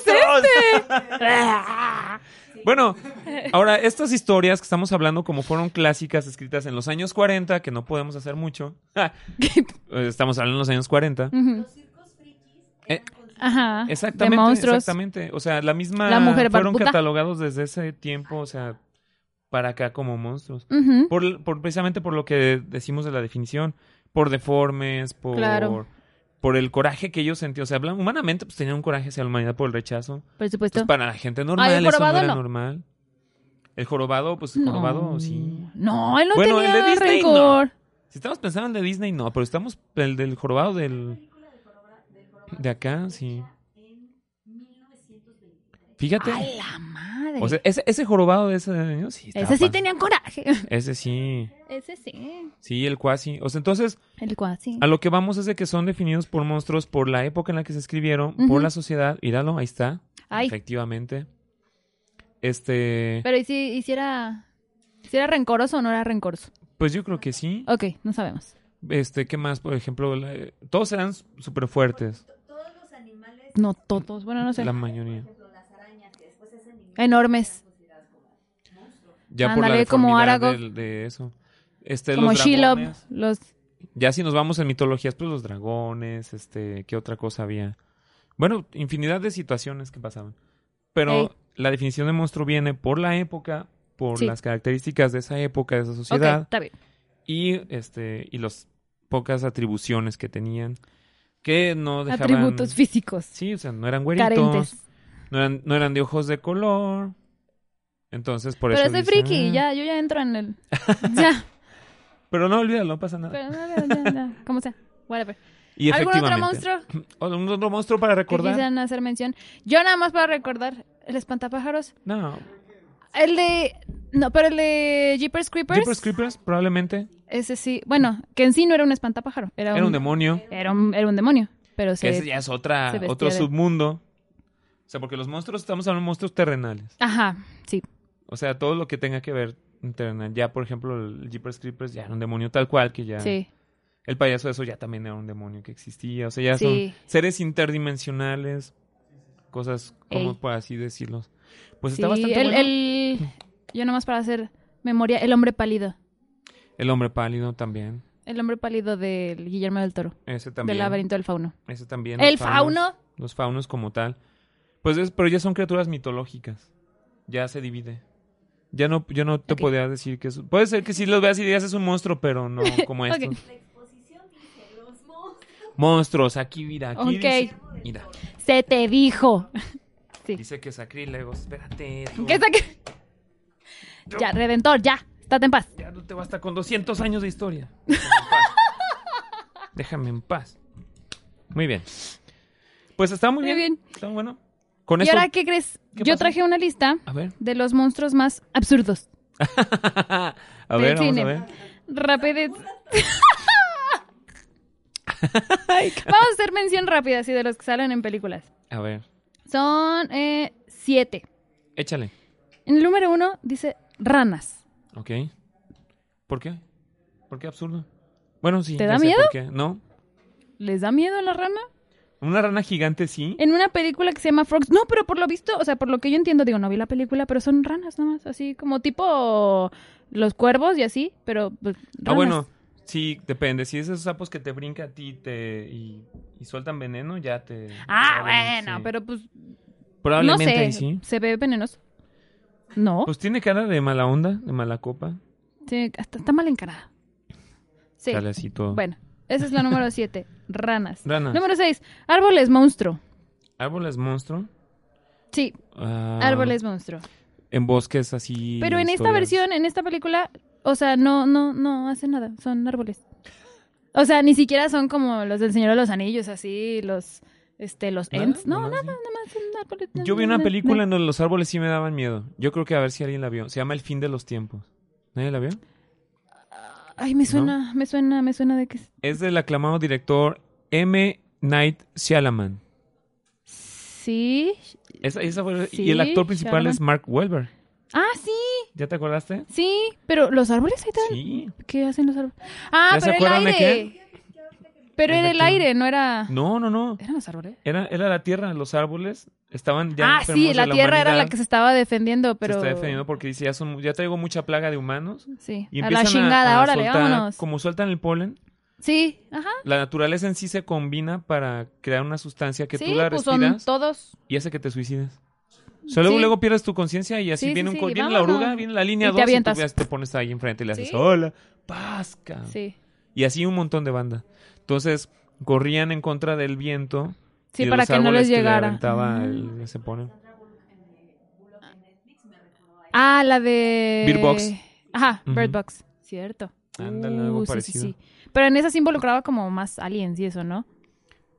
[SPEAKER 2] este.
[SPEAKER 1] Bueno, ahora estas historias que estamos hablando como fueron clásicas escritas en los años 40, que no podemos hacer mucho. estamos hablando en los años 40.
[SPEAKER 2] Ujú.
[SPEAKER 1] Eh,
[SPEAKER 2] Ajá.
[SPEAKER 1] Exactamente,
[SPEAKER 2] de monstruos.
[SPEAKER 1] exactamente. O sea, la misma
[SPEAKER 2] La mujer
[SPEAKER 1] fueron
[SPEAKER 2] barbuda.
[SPEAKER 1] catalogados desde ese tiempo, o sea, para acá como monstruos.
[SPEAKER 2] Ujú.
[SPEAKER 1] Por, por- precisamente por lo que decimos de la definición, por deformes, por
[SPEAKER 2] Claro.
[SPEAKER 1] por el coraje que ellos sentían, o sea, hablan- humanamente pues tenían un coraje hacia la humanidad por el rechazo.
[SPEAKER 2] Por
[SPEAKER 1] Pues
[SPEAKER 2] supuesto.
[SPEAKER 1] para la gente normal
[SPEAKER 2] el
[SPEAKER 1] eso no
[SPEAKER 2] jorobado
[SPEAKER 1] era
[SPEAKER 2] no.
[SPEAKER 1] normal. El jorobado, pues el
[SPEAKER 2] No.
[SPEAKER 1] jorobado sí.
[SPEAKER 2] No, él no
[SPEAKER 1] Bueno, el
[SPEAKER 2] tenía
[SPEAKER 1] de Disney, no.
[SPEAKER 2] rencor.
[SPEAKER 1] Si estamos pensando en el de Disney no, pero estamos el del jorobado del de acá, sí. Fíjate.
[SPEAKER 2] A la madre.
[SPEAKER 1] O sea, ese, ese jorobado de ese año sí. estaba
[SPEAKER 2] ese sí
[SPEAKER 1] pas-
[SPEAKER 2] tenían coraje.
[SPEAKER 1] Ese sí.
[SPEAKER 2] Ese sí.
[SPEAKER 1] Sí, el cuasi. O sea, entonces,
[SPEAKER 2] El cuasi.
[SPEAKER 1] a lo que vamos es de que son definidos por monstruos por la época en la que se escribieron, por
[SPEAKER 2] Ujú.
[SPEAKER 1] la sociedad. Míralo, ahí está.
[SPEAKER 2] Ay,
[SPEAKER 1] Efectivamente. Este.
[SPEAKER 2] pero ¿y si hiciera... Si era rencoroso o no era rencoroso.
[SPEAKER 1] Pues yo creo que sí.
[SPEAKER 2] Ok, no sabemos.
[SPEAKER 1] Este, ¿qué más? Por ejemplo, la- eh, todos eran súper fuertes.
[SPEAKER 3] Todos los animales,
[SPEAKER 2] No todos, bueno, no sé.
[SPEAKER 1] La mayoría.
[SPEAKER 3] por ejemplo, las arañas, que después es animal.
[SPEAKER 2] Enormes.
[SPEAKER 1] Ya por la
[SPEAKER 2] Ándale, como
[SPEAKER 1] deformidad
[SPEAKER 2] Aragog.
[SPEAKER 1] del- de eso. Este,
[SPEAKER 2] Como
[SPEAKER 1] los
[SPEAKER 2] Shelob,
[SPEAKER 1] dragones.
[SPEAKER 2] los...
[SPEAKER 1] Ya si nos vamos en mitologías, pues los dragones, este, ¿qué otra cosa había? Bueno, infinidad de situaciones que pasaban. Pero
[SPEAKER 2] Ey.
[SPEAKER 1] la definición de monstruo viene por la época, por
[SPEAKER 2] Sí.
[SPEAKER 1] las características de esa época, de esa
[SPEAKER 2] Ok,
[SPEAKER 1] sociedad
[SPEAKER 2] está bien.
[SPEAKER 1] y este y las pocas atribuciones que tenían que no dejaban
[SPEAKER 2] Atributos físicos.
[SPEAKER 1] Sí, o sea, no eran güeritos,
[SPEAKER 2] Carentes.
[SPEAKER 1] no eran no eran de ojos de color. Entonces, por
[SPEAKER 2] Pero
[SPEAKER 1] eso
[SPEAKER 2] soy
[SPEAKER 1] dicen,
[SPEAKER 2] friki,
[SPEAKER 1] "Ah".
[SPEAKER 2] ya, yo ya entro en el... ya,
[SPEAKER 1] Pero no olvídalo, no pasa nada.
[SPEAKER 2] pero no, no, no, no, como sea, whatever.
[SPEAKER 1] y
[SPEAKER 2] ¿Algún otro
[SPEAKER 1] efectivamente.
[SPEAKER 2] monstruo que
[SPEAKER 1] ¿Algún otro monstruo para recordar?
[SPEAKER 2] quisieran hacer mención? Yo nada más para recordar, el espantapájaros,
[SPEAKER 1] No,
[SPEAKER 2] el de... No, pero el de Jeepers Creepers,
[SPEAKER 1] Jeepers Creepers, probablemente.
[SPEAKER 2] ese sí, bueno, que en sí no era un espantapájaro, era un,
[SPEAKER 1] Era un demonio.
[SPEAKER 2] era un, era un demonio, pero
[SPEAKER 1] Que ese
[SPEAKER 2] se...
[SPEAKER 1] ya es otra,
[SPEAKER 2] se vestía
[SPEAKER 1] otro
[SPEAKER 2] de-
[SPEAKER 1] submundo. O sea, porque los monstruos, estamos hablando de monstruos terrenales.
[SPEAKER 2] Ajá, sí,
[SPEAKER 1] O sea, todo lo que tenga que ver en terrenal. Ya, por ejemplo, el Jeepers Creepers ya era un demonio tal cual que ya...
[SPEAKER 2] sí,
[SPEAKER 1] El payaso de eso ya también era un demonio que existía. O sea, ya
[SPEAKER 2] Sí.
[SPEAKER 1] son seres interdimensionales. Cosas,
[SPEAKER 2] Ey.
[SPEAKER 1] como por así decirlos. Pues
[SPEAKER 2] sí,
[SPEAKER 1] está bastante
[SPEAKER 2] el,
[SPEAKER 1] bueno. El...
[SPEAKER 2] el- Yo nada más para hacer memoria, el hombre pálido,
[SPEAKER 1] hombre pálido también.
[SPEAKER 2] el hombre pálido del Guillermo del Toro,
[SPEAKER 1] Ese también.
[SPEAKER 2] del laberinto del fauno.
[SPEAKER 1] Ese también.
[SPEAKER 2] ¿El
[SPEAKER 1] los faunos.
[SPEAKER 2] fauno?
[SPEAKER 1] Los faunos como tal. Pues es, pero ya son criaturas mitológicas. Ya se divide. Ya no, yo no te
[SPEAKER 2] Ok.
[SPEAKER 1] podría decir que es. Puede ser que sí los veas y digas es un monstruo, pero no como
[SPEAKER 2] Ok.
[SPEAKER 1] estos. Monstruos, aquí mira, aquí
[SPEAKER 2] Ok.
[SPEAKER 1] dice. Mira,
[SPEAKER 2] Se te dijo. Sí.
[SPEAKER 1] dice que sacrílegos. Espérate. tú.
[SPEAKER 2] ¿Qué saque? Ya, Redentor, ya. Estate en paz.
[SPEAKER 1] Ya no te basta con 200 años de historia. Déjame en paz. Muy bien. Pues está muy
[SPEAKER 2] Muy
[SPEAKER 1] bien.
[SPEAKER 2] bien.
[SPEAKER 1] Está bueno. Con
[SPEAKER 2] ¿Y
[SPEAKER 1] esto.
[SPEAKER 2] ahora qué crees?
[SPEAKER 1] ¿Qué
[SPEAKER 2] Yo
[SPEAKER 1] pasó?
[SPEAKER 2] traje una lista
[SPEAKER 1] A ver.
[SPEAKER 2] de los monstruos más absurdos.
[SPEAKER 1] a ver, vamos
[SPEAKER 2] cine.
[SPEAKER 1] a ver.
[SPEAKER 2] Rápido. Vamos a hacer mención rápida, así de los que salen en películas.
[SPEAKER 1] A ver.
[SPEAKER 2] Son eh, siete.
[SPEAKER 1] Échale.
[SPEAKER 2] En el número uno dice ranas.
[SPEAKER 1] Ok. ¿Por ¿Por qué? ¿Por qué absurdo? Bueno, sí.
[SPEAKER 2] ¿Te
[SPEAKER 1] ya
[SPEAKER 2] da
[SPEAKER 1] sé
[SPEAKER 2] miedo?
[SPEAKER 1] por qué. No.
[SPEAKER 2] ¿Les da miedo la rana?
[SPEAKER 1] Una rana gigante sí.
[SPEAKER 2] En una película que se llama Frogs. No, pero por lo visto, o sea, por lo que yo entiendo, digo, no vi la película, pero son ranas nomás, así como tipo los cuervos y así, pero pues,
[SPEAKER 1] Ah,
[SPEAKER 2] ranas.
[SPEAKER 1] bueno, sí, depende. Si es esos sapos que te brinca a ti te, y, y sueltan veneno, ya te.
[SPEAKER 2] Ah,
[SPEAKER 1] ya,
[SPEAKER 2] bueno,
[SPEAKER 1] sí.
[SPEAKER 2] pero pues no
[SPEAKER 1] Probablemente
[SPEAKER 2] sé,
[SPEAKER 1] ahí sí.
[SPEAKER 2] se ve venenoso. No,
[SPEAKER 1] Pues tiene cara de mala onda, de mala copa.
[SPEAKER 2] tiene- está, está mal encarada. Sí.
[SPEAKER 1] Sale así todo.
[SPEAKER 2] Bueno, esa es la número 7. Ranas.
[SPEAKER 1] Ranas.
[SPEAKER 2] Número 6. Árboles monstruo.
[SPEAKER 1] Árboles monstruo.
[SPEAKER 2] Sí,
[SPEAKER 1] ah,
[SPEAKER 2] árboles monstruo.
[SPEAKER 1] En bosques así.
[SPEAKER 2] Pero en esta
[SPEAKER 1] historias.
[SPEAKER 2] versión, en esta película, o sea, no, no, no hace nada. Son árboles. O sea, ni siquiera son como los del Señor de los Anillos, así, los, este, los
[SPEAKER 1] Nada,
[SPEAKER 2] Ents. No,
[SPEAKER 1] nomás,
[SPEAKER 2] nada,
[SPEAKER 1] sí.
[SPEAKER 2] nada más son árboles.
[SPEAKER 1] Yo vi una película en donde los árboles sí me daban miedo. Yo creo que a ver si alguien la vio. Se llama El fin de los tiempos. ¿Nadie la vio?
[SPEAKER 2] Ay, me suena, me suena, me suena de que... es-
[SPEAKER 1] Es del aclamado director M. Night Shyamalan.
[SPEAKER 2] Sí.
[SPEAKER 1] Esa, esa fue-
[SPEAKER 2] Sí,
[SPEAKER 1] y el actor principal
[SPEAKER 2] Shyamalan.
[SPEAKER 1] es Mark Wahlberg.
[SPEAKER 2] Ah, sí,
[SPEAKER 1] ¿Ya te acordaste?
[SPEAKER 2] sí. Pero los árboles ahí están.
[SPEAKER 1] Sí.
[SPEAKER 2] ¿Qué hacen los árboles? Ah,
[SPEAKER 1] ¿Ya se
[SPEAKER 2] pero el
[SPEAKER 1] acuerdan de
[SPEAKER 2] aire. Pero
[SPEAKER 1] ¿De
[SPEAKER 2] era el
[SPEAKER 1] qué?
[SPEAKER 2] aire, no era...
[SPEAKER 1] No, no, no.
[SPEAKER 2] ¿Eran los árboles?
[SPEAKER 1] Era, era la tierra, los árboles estaban ya.
[SPEAKER 2] ah, sí, la, tierra era la que se estaba defendiendo, pero...
[SPEAKER 1] pero... está defendiendo porque dice, ya, son, ya traigo mucha plaga de humanos.
[SPEAKER 2] Sí,
[SPEAKER 1] Y
[SPEAKER 2] a la
[SPEAKER 1] empiezan
[SPEAKER 2] chingada, órale,
[SPEAKER 1] soltar-
[SPEAKER 2] vámonos.
[SPEAKER 1] Como sueltan el polen,
[SPEAKER 2] Sí, ajá.
[SPEAKER 1] la naturaleza en sí se combina para crear una sustancia que
[SPEAKER 2] sí,
[SPEAKER 1] tú la
[SPEAKER 2] pues son
[SPEAKER 1] respiras
[SPEAKER 2] todos.
[SPEAKER 1] y hace que te suicides. Solo
[SPEAKER 2] Sí.
[SPEAKER 1] luego pierdes tu conciencia y así
[SPEAKER 2] Sí, sí,
[SPEAKER 1] viene, un
[SPEAKER 2] sí,
[SPEAKER 1] co- viene la
[SPEAKER 2] vámonos.
[SPEAKER 1] oruga, viene la línea
[SPEAKER 2] Y te
[SPEAKER 1] 2 y tú
[SPEAKER 2] avientas.
[SPEAKER 1] ya te pones ahí enfrente y le haces
[SPEAKER 2] Sí.
[SPEAKER 1] hola, pasca.
[SPEAKER 2] Sí.
[SPEAKER 1] Ah. Y así un montón de banda. Entonces corrían en contra del viento.
[SPEAKER 2] Sí,
[SPEAKER 1] y de
[SPEAKER 2] para
[SPEAKER 1] los
[SPEAKER 2] que no
[SPEAKER 1] árboles
[SPEAKER 2] les
[SPEAKER 1] este le
[SPEAKER 2] llegara.
[SPEAKER 1] aventaba
[SPEAKER 2] Ah.
[SPEAKER 1] el- ese polen.
[SPEAKER 2] Ah, la de...
[SPEAKER 1] Bird Box.
[SPEAKER 2] Ajá, Bird
[SPEAKER 1] Ujú.
[SPEAKER 2] Box. Cierto. Uh,
[SPEAKER 1] Ándale, algo
[SPEAKER 2] sí, sí,
[SPEAKER 1] parecido.
[SPEAKER 2] sí. Pero en esa se involucraba como más aliens y eso, ¿no?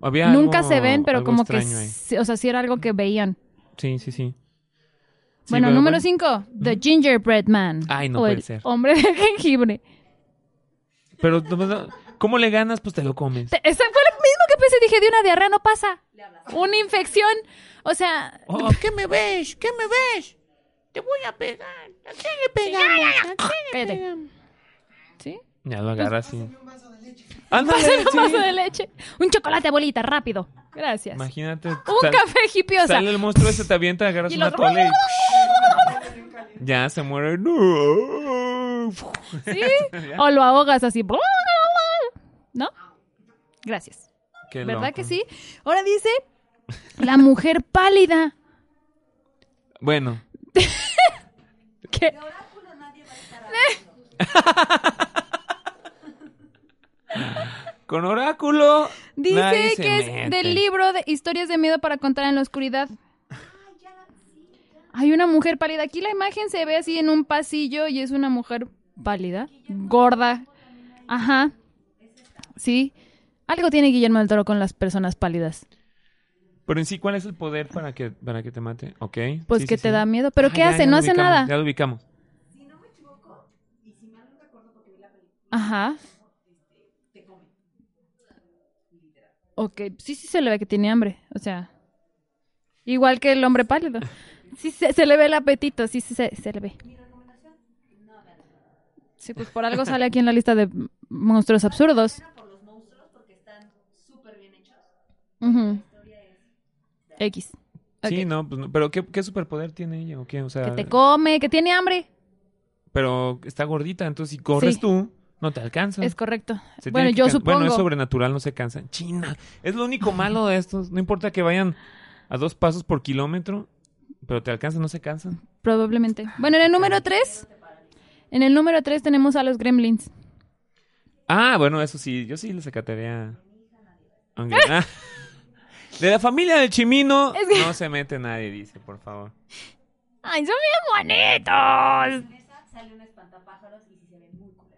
[SPEAKER 1] Había
[SPEAKER 2] Nunca
[SPEAKER 1] algo-
[SPEAKER 2] se ven, pero
[SPEAKER 1] algo
[SPEAKER 2] como que...
[SPEAKER 1] extraño ahí.
[SPEAKER 2] sí, O sea, sí era algo que veían.
[SPEAKER 1] Sí, sí, sí. Sí,
[SPEAKER 2] bueno,
[SPEAKER 1] pero
[SPEAKER 2] número 5. The Gingerbread Man.
[SPEAKER 1] Ay, no
[SPEAKER 2] o
[SPEAKER 1] puede
[SPEAKER 2] el
[SPEAKER 1] ser.
[SPEAKER 2] hombre de jengibre.
[SPEAKER 1] Pero, no, ¿cómo le ganas? Pues te lo comes.
[SPEAKER 2] Te- Esa fue lo mismo que pensé. Dije, de una diarrea no pasa. Una infección. O sea,
[SPEAKER 1] Oh,
[SPEAKER 4] ¿Qué me ves? ¿Qué me ves? Te voy a pegar. ¿A quién le pegamos? ¿A quién le
[SPEAKER 2] cállate.
[SPEAKER 4] pegamos?
[SPEAKER 2] ¿Sí?
[SPEAKER 1] ya lo agarras así. Ándale,
[SPEAKER 2] Pásame un
[SPEAKER 1] sí.
[SPEAKER 2] vaso de leche. Un chocolate, abuelita, rápido. Gracias.
[SPEAKER 1] Imagínate.
[SPEAKER 2] un
[SPEAKER 1] sal-
[SPEAKER 2] café hipiosa.
[SPEAKER 1] Sale el monstruo ese, te avienta, agarras
[SPEAKER 2] Y
[SPEAKER 1] una
[SPEAKER 2] los-
[SPEAKER 1] tole y- Ya se muere. No.
[SPEAKER 2] ¿Sí? O lo ahogas así. ¿No? Gracias.
[SPEAKER 1] Qué
[SPEAKER 2] ¿Verdad
[SPEAKER 1] loco.
[SPEAKER 2] que sí? Ahora dice la mujer pálida.
[SPEAKER 1] Bueno,
[SPEAKER 2] Que
[SPEAKER 1] con oráculo.
[SPEAKER 2] dice
[SPEAKER 1] nadie se
[SPEAKER 2] que es
[SPEAKER 1] mete.
[SPEAKER 2] del libro de historias de miedo para contar en la oscuridad. Hay una mujer pálida. Aquí la imagen se ve así en un pasillo y es una mujer pálida, gorda. Ajá. Sí. Algo tiene Guillermo del Toro con las personas pálidas.
[SPEAKER 1] Pero en sí, ¿cuál es el poder para que, para que te mate? Ok.
[SPEAKER 2] Pues
[SPEAKER 1] sí,
[SPEAKER 2] que
[SPEAKER 1] sí,
[SPEAKER 2] te
[SPEAKER 1] sí.
[SPEAKER 2] da miedo. ¿Pero
[SPEAKER 1] Ah,
[SPEAKER 2] qué
[SPEAKER 1] ya,
[SPEAKER 2] hace?
[SPEAKER 1] ya
[SPEAKER 2] no
[SPEAKER 1] lo
[SPEAKER 2] hace
[SPEAKER 1] ubicamos,
[SPEAKER 2] nada.
[SPEAKER 1] Ya lo ubicamos.
[SPEAKER 2] Ajá.
[SPEAKER 3] Este,
[SPEAKER 2] Ok, sí, sí se le ve que tiene hambre. O sea, igual que el hombre pálido. Sí, se, se le ve el apetito, sí, sí, se, se le ve. Sí, pues por algo sale aquí en la lista de monstruos absurdos.
[SPEAKER 3] por los monstruos porque están súper bien hechos.
[SPEAKER 2] Ujú. X. Ok.
[SPEAKER 1] Sí, no, pues no, pero ¿qué, qué superpoder tiene ella? ¿O qué? O sea,
[SPEAKER 2] Que te come, que tiene hambre.
[SPEAKER 1] pero está gordita, entonces si corres
[SPEAKER 2] Sí.
[SPEAKER 1] tú, no te alcanza.
[SPEAKER 2] Es correcto.
[SPEAKER 1] Se
[SPEAKER 2] Bueno,
[SPEAKER 1] tiene que
[SPEAKER 2] yo
[SPEAKER 1] can-
[SPEAKER 2] supongo.
[SPEAKER 1] Bueno, es sobrenatural, no se cansan. China. Es lo único malo de estos. No importa que vayan a dos pasos por kilómetro, pero te alcanzan, no se cansan.
[SPEAKER 2] Probablemente. Bueno, en el número 3. En el número 3 tenemos a los gremlins.
[SPEAKER 1] Ah, bueno, eso sí, yo sí les acataría. Aunque- ah. De la familia del Chimino
[SPEAKER 2] Es que-
[SPEAKER 1] no se mete nadie, dice, por favor.
[SPEAKER 2] ¡Ay, son bien bonitos!
[SPEAKER 3] En esa sale un espantapájaros y sí se ve muy cool.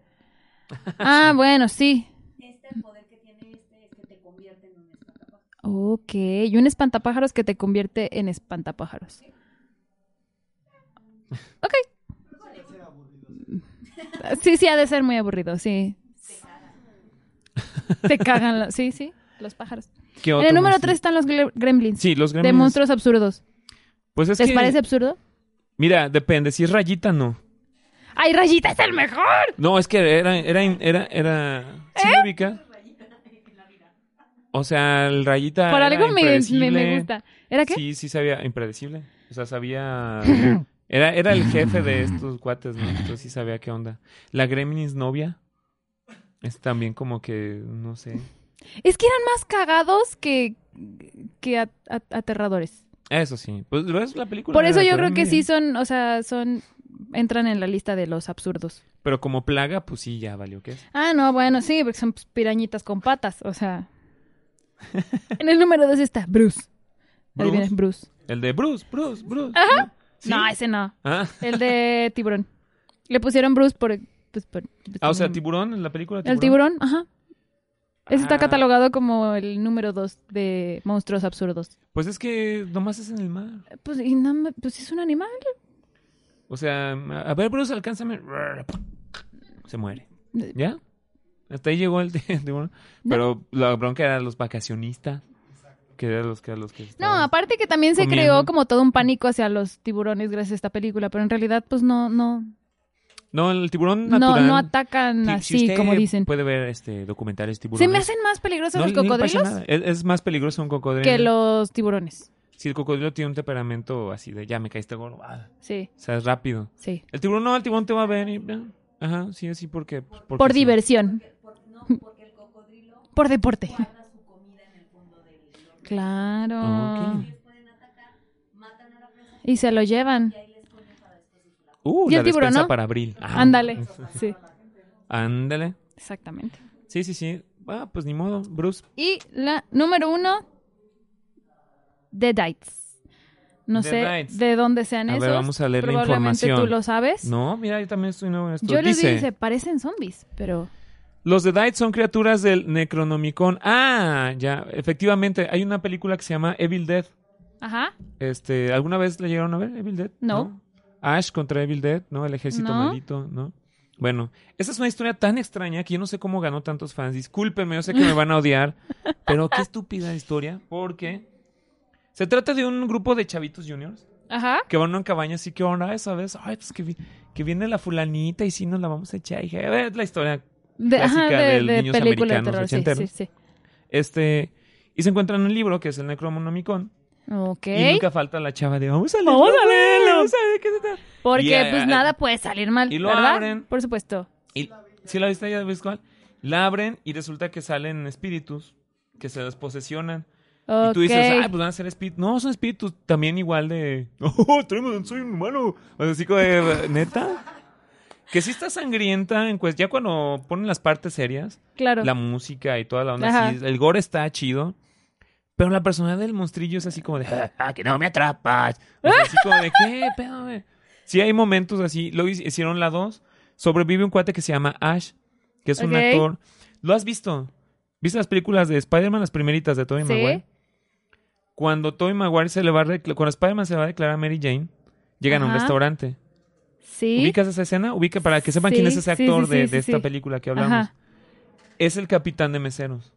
[SPEAKER 2] Ah, bueno, sí.
[SPEAKER 3] Este el poder que tiene este es que te convierte en un espantapájaros.
[SPEAKER 2] Ok, y un espantapájaros que te convierte en espantapájaros. Ok. Sí, sí, ha de ser muy aburrido, sí. Te cagan, los- sí, sí, los pájaros.
[SPEAKER 1] ¿Qué
[SPEAKER 2] En
[SPEAKER 1] otro
[SPEAKER 2] el número
[SPEAKER 1] monstruo?
[SPEAKER 2] 3 están los gre- gremlins,
[SPEAKER 1] Sí, los
[SPEAKER 2] de
[SPEAKER 1] gremlins.
[SPEAKER 2] monstruos absurdos.
[SPEAKER 1] Pues es
[SPEAKER 2] ¿Les
[SPEAKER 1] que-
[SPEAKER 2] parece absurdo?
[SPEAKER 1] Mira, depende. Si es rayita, no.
[SPEAKER 2] ¡Ay, Rayita es el mejor!
[SPEAKER 1] No, es que era, era, era, era. ¿Sí
[SPEAKER 2] ¿Eh?
[SPEAKER 1] me ubica? O sea, el rayita.
[SPEAKER 2] Por
[SPEAKER 1] Ah, era
[SPEAKER 2] algo me- me, me,
[SPEAKER 1] impredecible.
[SPEAKER 2] gusta. ¿Era qué?
[SPEAKER 1] Sí, sí sabía, impredecible. O sea, sabía. Era, era el jefe de estos cuates, ¿no? Entonces sí sabía qué onda. La Gremlins novia. Es también como que, no sé.
[SPEAKER 2] Es que eran más cagados que, que a- a- aterradores.
[SPEAKER 1] Eso sí. Pues ves la película.
[SPEAKER 2] Por eso
[SPEAKER 1] de
[SPEAKER 2] yo creo que
[SPEAKER 1] Gremlins?
[SPEAKER 2] sí son, o sea, son entran en la lista de los absurdos.
[SPEAKER 1] Pero como plaga, pues sí, ya valió que es.
[SPEAKER 2] Ah, no, bueno, sí, porque son pues, pirañitas con patas, o sea. En el número dos está Bruce.
[SPEAKER 1] Bruce.
[SPEAKER 2] Adivina, Bruce.
[SPEAKER 1] El de Bruce, Bruce, Bruce.
[SPEAKER 2] Ajá.
[SPEAKER 1] ¿Sí?
[SPEAKER 2] No, ese no.
[SPEAKER 1] Ah.
[SPEAKER 2] El de tiburón. Le pusieron Bruce por... pues, por-
[SPEAKER 1] Ah, o sea, tiburón en la película.
[SPEAKER 2] El tiburón, ajá. Ese
[SPEAKER 1] Ah.
[SPEAKER 2] está catalogado como el número dos de monstruos absurdos.
[SPEAKER 1] Pues es que nomás es en el mar.
[SPEAKER 2] Pues, y no me- pues es un animal.
[SPEAKER 1] O sea, a ver, Bruce, alcánzame. Se muere. ¿Ya? Hasta ahí llegó el tiburón. Pero la bronca era los vacacionistas. Que eran los que... Los que
[SPEAKER 2] No,
[SPEAKER 1] estaban-
[SPEAKER 2] aparte que también se
[SPEAKER 1] Ah. comiendo.
[SPEAKER 2] creó como todo un pánico hacia los tiburones gracias a esta película, pero en realidad pues no, no,
[SPEAKER 1] no, el tiburón
[SPEAKER 2] no,
[SPEAKER 1] natural.
[SPEAKER 2] no atacan
[SPEAKER 1] Si-
[SPEAKER 2] así
[SPEAKER 1] si usted
[SPEAKER 2] como dicen.
[SPEAKER 1] puede ver este documentales tiburones.
[SPEAKER 2] Se me hacen más peligrosos
[SPEAKER 1] No,
[SPEAKER 2] los
[SPEAKER 1] no le pasa
[SPEAKER 2] cocodrilos
[SPEAKER 1] nada. Es, es más peligroso un cocodrilo.
[SPEAKER 2] que los tiburones.
[SPEAKER 1] Si el cocodrilo tiene un temperamento así de ya me caíste gordo. ah,
[SPEAKER 2] Sí,
[SPEAKER 1] o sea, es rápido.
[SPEAKER 2] sí.
[SPEAKER 1] El tiburón no, el tiburón te va a ver y... ah, Ajá, sí, así porque... pues, porque
[SPEAKER 2] Por
[SPEAKER 1] sí.
[SPEAKER 2] diversión,
[SPEAKER 3] Por- no, porque el cocodrilo
[SPEAKER 2] por deporte.
[SPEAKER 3] guarda su comida en el fondo del horno.
[SPEAKER 2] Claro.
[SPEAKER 1] Ok.
[SPEAKER 3] Ellos pueden atacar, matan a la presa
[SPEAKER 2] Y se lo llevan.
[SPEAKER 3] y ahí les ponen para después de su labor.
[SPEAKER 1] Uh,
[SPEAKER 2] Y
[SPEAKER 1] la
[SPEAKER 2] el tiburón,
[SPEAKER 1] despensa
[SPEAKER 2] ¿no?
[SPEAKER 1] para abril. Ajá.
[SPEAKER 2] Ándale. Sí,
[SPEAKER 1] Ándale.
[SPEAKER 2] exactamente.
[SPEAKER 1] Sí, sí, sí. Ah, pues ni modo, Bruce.
[SPEAKER 2] Y la número uno, Deadites. No
[SPEAKER 1] The
[SPEAKER 2] sé
[SPEAKER 1] Dites.
[SPEAKER 2] de dónde sean
[SPEAKER 1] A ver,
[SPEAKER 2] esos.
[SPEAKER 1] vamos a leer la
[SPEAKER 2] Probablemente tú
[SPEAKER 1] información.
[SPEAKER 2] lo sabes.
[SPEAKER 1] No, mira, yo también estoy nuevo en esto.
[SPEAKER 2] Yo les
[SPEAKER 1] dice,
[SPEAKER 2] dije, parecen zombies, pero...
[SPEAKER 1] los Deadites son criaturas del Necronomicon. Ah, ya, efectivamente, hay una película que se llama Evil Dead.
[SPEAKER 2] Ajá,
[SPEAKER 1] Este, ¿alguna vez la llegaron a ver Evil Dead?
[SPEAKER 2] No.
[SPEAKER 1] Ash contra Evil Dead, ¿no? El ejército
[SPEAKER 2] No.
[SPEAKER 1] maldito, ¿no? Bueno, esa es una historia tan extraña que yo no sé cómo ganó tantos fans. Discúlpeme, yo sé que me van a odiar, pero qué estúpida historia, porque se trata de un grupo de chavitos juniors
[SPEAKER 2] ajá.
[SPEAKER 1] que van a una cabaña así que onda esa vez, ay, pues que, vi- que viene la fulanita y sí nos la vamos a echar. Y dije, a ver, la historia.
[SPEAKER 2] De,
[SPEAKER 1] Clásica
[SPEAKER 2] ajá, de,
[SPEAKER 1] del
[SPEAKER 2] de
[SPEAKER 1] niños
[SPEAKER 2] película de
[SPEAKER 1] americanos
[SPEAKER 2] terror, sí, sí,
[SPEAKER 1] ochenteros.
[SPEAKER 2] sí.
[SPEAKER 1] Este, y se encuentran un libro que es el Necromonomicon.
[SPEAKER 2] Ok.
[SPEAKER 1] Y nunca falta la chava de, vamos a leerlo,
[SPEAKER 2] Vamos a
[SPEAKER 1] güey,
[SPEAKER 2] leerlo".
[SPEAKER 1] vamos a ver qué se trata".
[SPEAKER 2] Porque
[SPEAKER 1] Y, eh,
[SPEAKER 2] pues
[SPEAKER 1] eh,
[SPEAKER 2] nada puede salir mal,
[SPEAKER 1] y lo
[SPEAKER 2] ¿verdad?
[SPEAKER 1] abren.
[SPEAKER 2] Por supuesto.
[SPEAKER 1] Y, ¿Sí la viste ya ves cuál? La abren y resulta que salen espíritus que se desposesionan. Y tú dices,
[SPEAKER 2] Ok.
[SPEAKER 1] ay, pues van a ser espíritus. No, son espíritus también igual de. ¡Oh, tenemos- soy un humano! O sea, así como de, ¿Neta? Que sí está sangrienta, en cues- ya cuando ponen las partes serias,
[SPEAKER 2] claro.
[SPEAKER 1] la música y toda la onda,
[SPEAKER 2] Ajá.
[SPEAKER 1] sí, el gore está chido. Pero la personalidad del monstrillo es así como de. "Ah, ¡Ah, que no me atrapas! O sea, así como de, ¿qué pedo, güey?". Sí, hay momentos así. Lo hic- hicieron la dos. Sobrevive un cuate que se llama Ash, que es un
[SPEAKER 2] Ok.
[SPEAKER 1] actor. ¿Lo has visto? ¿Viste las películas de Spider-Man, las primeritas de Tobey
[SPEAKER 2] Sí.
[SPEAKER 1] Maguire? Cuando Tobey Maguire se le va a recla- cuando Spider-Man se le va a declarar a Mary Jane, llegan a un
[SPEAKER 2] Ajá.
[SPEAKER 1] restaurante.
[SPEAKER 2] Sí.
[SPEAKER 1] ¿Ubicas esa escena? Ubica para que sepan
[SPEAKER 2] Sí,
[SPEAKER 1] quién es ese
[SPEAKER 2] sí, sí,
[SPEAKER 1] actor
[SPEAKER 2] sí,
[SPEAKER 1] de,
[SPEAKER 2] sí,
[SPEAKER 1] de esta
[SPEAKER 2] sí.
[SPEAKER 1] película que hablamos.
[SPEAKER 2] Ajá.
[SPEAKER 1] Es el capitán de meseros.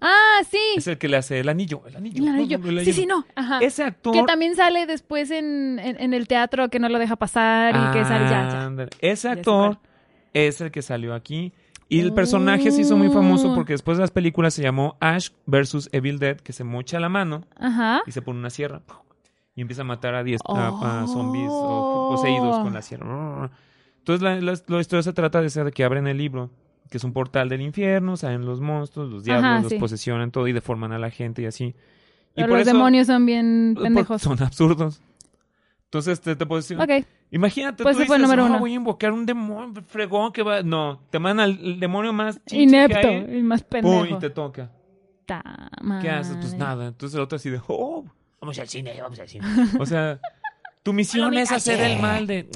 [SPEAKER 2] Ah, sí.
[SPEAKER 1] Es el que le hace el anillo. El anillo.
[SPEAKER 2] Claro, yo-
[SPEAKER 1] el
[SPEAKER 2] Sí,
[SPEAKER 1] anillo.
[SPEAKER 2] sí, no. Ajá.
[SPEAKER 1] Ese actor.
[SPEAKER 2] Que también sale después en, en, en el teatro que no lo deja pasar y que sale ya, ya.
[SPEAKER 1] Ándale. Ese
[SPEAKER 2] Ya sé
[SPEAKER 1] actor es el que salió aquí. Y el personaje se hizo muy famoso
[SPEAKER 2] Oh.
[SPEAKER 1] porque después de las películas se llamó Ash versus Evil Dead, que se mocha la mano
[SPEAKER 2] Ajá.
[SPEAKER 1] y se pone una sierra y empieza a matar a, diez, a-
[SPEAKER 2] Oh.
[SPEAKER 1] a zombies o poseídos con la sierra. Entonces la, la- la historia se trata de ser de que abren el libro, que es un portal del infierno, salen los monstruos, los diablos,
[SPEAKER 2] Ajá,
[SPEAKER 1] los
[SPEAKER 2] sí.
[SPEAKER 1] posesionan todo y deforman a la gente y así. Y
[SPEAKER 2] Pero
[SPEAKER 1] por
[SPEAKER 2] los
[SPEAKER 1] eso-
[SPEAKER 2] demonios son bien
[SPEAKER 1] por-
[SPEAKER 2] pendejos.
[SPEAKER 1] Son absurdos. Entonces te, te posesionan.
[SPEAKER 2] Ok.
[SPEAKER 1] Imagínate,
[SPEAKER 2] Pues
[SPEAKER 1] tú
[SPEAKER 2] ese fue el
[SPEAKER 1] dices,
[SPEAKER 2] número
[SPEAKER 1] "Ah,
[SPEAKER 2] uno".
[SPEAKER 1] voy a invocar un demonio fregón que va... No, te mandan al el demonio más chinche
[SPEAKER 2] Inepto.
[SPEAKER 1] que hay,
[SPEAKER 2] El más pendejo.
[SPEAKER 1] pum, y te toca.
[SPEAKER 2] Ta
[SPEAKER 1] ¿Qué haces? Pues
[SPEAKER 2] madre.
[SPEAKER 1] nada. Entonces el otro así de, oh, vamos al cine, vamos al cine. O sea, tu misión es hacer el mal de...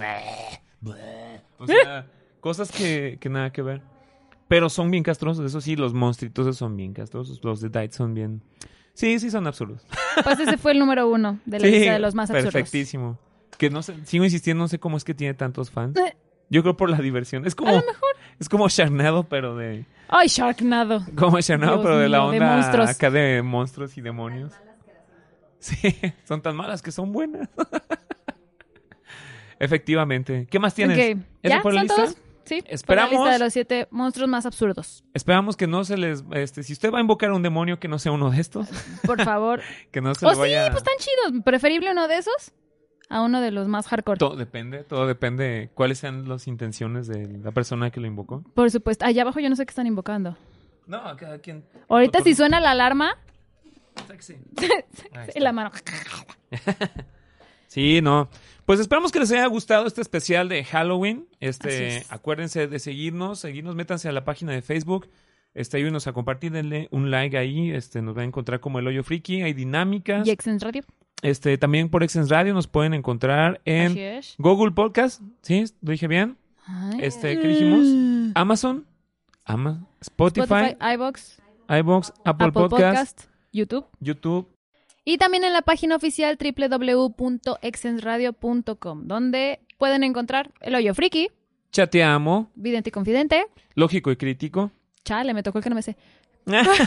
[SPEAKER 1] O sea, cosas que, que nada que ver. Pero son bien castrosos, eso sí, los monstruitos esos son bien castrosos, los de Dight son bien... Sí, sí, son absurdos.
[SPEAKER 2] Pues ese fue el número uno de la
[SPEAKER 1] Sí,
[SPEAKER 2] lista de los más absurdos.
[SPEAKER 1] Perfectísimo. Que no sé, sigo insistiendo, no sé cómo es que tiene tantos fans.
[SPEAKER 2] Eh.
[SPEAKER 1] Yo creo por la diversión. Es como. Es como Sharnado, pero de.
[SPEAKER 2] Ay, Sharknado.
[SPEAKER 1] Como Sharnado,
[SPEAKER 2] Dios
[SPEAKER 1] pero de la
[SPEAKER 2] mío, de
[SPEAKER 1] onda
[SPEAKER 2] monstruos.
[SPEAKER 1] acá de monstruos y demonios. Sí, son tan malas que son buenas. Efectivamente. ¿Qué más tienes?
[SPEAKER 2] Ok.
[SPEAKER 1] ¿Eso
[SPEAKER 2] ¿Ya?
[SPEAKER 1] fue la
[SPEAKER 2] ¿Son
[SPEAKER 1] lista?
[SPEAKER 2] todos? Sí. fue La
[SPEAKER 1] Esperamos-
[SPEAKER 2] lista de los siete monstruos más absurdos.
[SPEAKER 1] Esperamos que no se les... Este, si usted va a invocar a un demonio que no sea uno de estos,
[SPEAKER 2] Por favor.
[SPEAKER 1] que no se
[SPEAKER 2] o
[SPEAKER 1] lo
[SPEAKER 2] sí,
[SPEAKER 1] vaya...
[SPEAKER 2] pues están chidos. Preferible uno de esos a uno de los más hardcore.
[SPEAKER 1] Todo depende, todo depende de cuáles sean las intenciones de la persona que lo invocó.
[SPEAKER 2] Por supuesto. Allá abajo yo no sé qué están invocando.
[SPEAKER 1] No, cada quien...
[SPEAKER 2] Ahorita si suena la alarma,
[SPEAKER 1] Ahí está.
[SPEAKER 2] la mano.
[SPEAKER 1] Sí, no. Pues esperamos que les haya gustado este especial de Halloween.
[SPEAKER 2] Así
[SPEAKER 1] Este,
[SPEAKER 2] es.
[SPEAKER 1] acuérdense de seguirnos, seguirnos, métanse a la página de Facebook. Este, ayúdenos a compartir, denle un like ahí. Este, nos va a encontrar como El Hoyo Friki. Hay dinámicas.
[SPEAKER 2] Y Exen Radio.
[SPEAKER 1] Este, también por Exens Radio nos pueden encontrar en
[SPEAKER 2] Así es.
[SPEAKER 1] Google Podcast. ¿Sí? ¿Lo dije bien?
[SPEAKER 2] Ay.
[SPEAKER 1] Este, ¿qué dijimos? Amazon, Ama- Spotify,
[SPEAKER 2] Spotify, iBox,
[SPEAKER 1] iBox, Apple,
[SPEAKER 2] Apple
[SPEAKER 1] Podcast,
[SPEAKER 2] Podcast, YouTube.
[SPEAKER 1] YouTube.
[SPEAKER 2] Y también en la página oficial www.exensradio.com, donde pueden encontrar El Hoyo Friki,
[SPEAKER 1] Chateamo,
[SPEAKER 2] Vidente y Confidente.
[SPEAKER 1] Lógico y Crítico.
[SPEAKER 2] Chale, me tocó el que no me sé. Hábitus.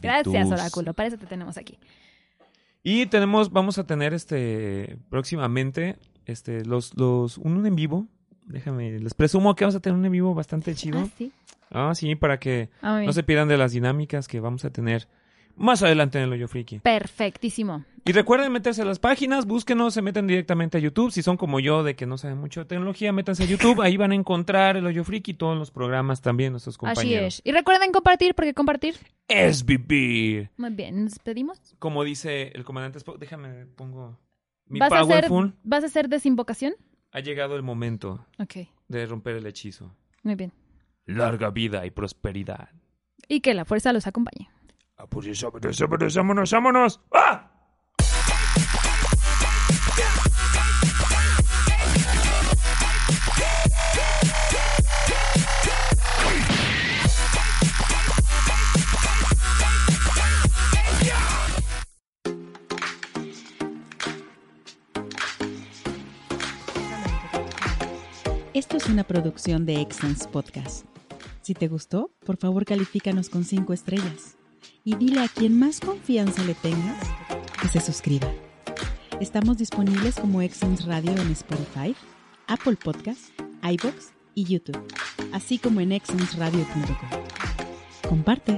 [SPEAKER 2] Gracias,
[SPEAKER 1] Hábitus.
[SPEAKER 2] Oráculo. Para eso te tenemos aquí.
[SPEAKER 1] Y tenemos, vamos a tener este próximamente este los, los un, un en vivo. Déjame, les presumo que vamos a tener un en vivo bastante
[SPEAKER 2] Ah,
[SPEAKER 1] chido.
[SPEAKER 2] sí.
[SPEAKER 1] Ah, sí, para que
[SPEAKER 2] Ah, muy
[SPEAKER 1] no
[SPEAKER 2] bien.
[SPEAKER 1] se pierdan de las dinámicas que vamos a tener más adelante en el hoyo friki.
[SPEAKER 2] Perfectísimo.
[SPEAKER 1] Y recuerden meterse a las páginas, búsquenos, se meten directamente a YouTube. Si son como yo, de que no saben mucho de tecnología, métanse a YouTube. Ahí van a encontrar el hoyo friki y todos los programas también, nuestros
[SPEAKER 2] Así
[SPEAKER 1] compañeros.
[SPEAKER 2] es. Y recuerden compartir, porque compartir.
[SPEAKER 1] es vivir.
[SPEAKER 2] Muy bien, nos despedimos.
[SPEAKER 1] Como dice el comandante Spock, déjame pongo mi
[SPEAKER 2] ¿Vas a, hacer,
[SPEAKER 1] powerful.
[SPEAKER 2] ¿Vas a hacer desinvocación?
[SPEAKER 1] Ha llegado el momento
[SPEAKER 2] Ok,
[SPEAKER 1] de romper el hechizo.
[SPEAKER 2] muy bien.
[SPEAKER 1] Larga vida y prosperidad.
[SPEAKER 2] Y que la fuerza los acompañe.
[SPEAKER 1] Ah, pues sí, vámonos, vámonos, vámonos, vámonos. ¡Ah!
[SPEAKER 5] Esto es una producción de Excellence Podcast. Si te gustó, por favor califícanos con 5 estrellas y dile a quien más confianza le tengas que se suscriba. Estamos disponibles como Excellence Radio en Spotify, Apple Podcast, iBox y YouTube, así como en excellenceradio.com. Comparte.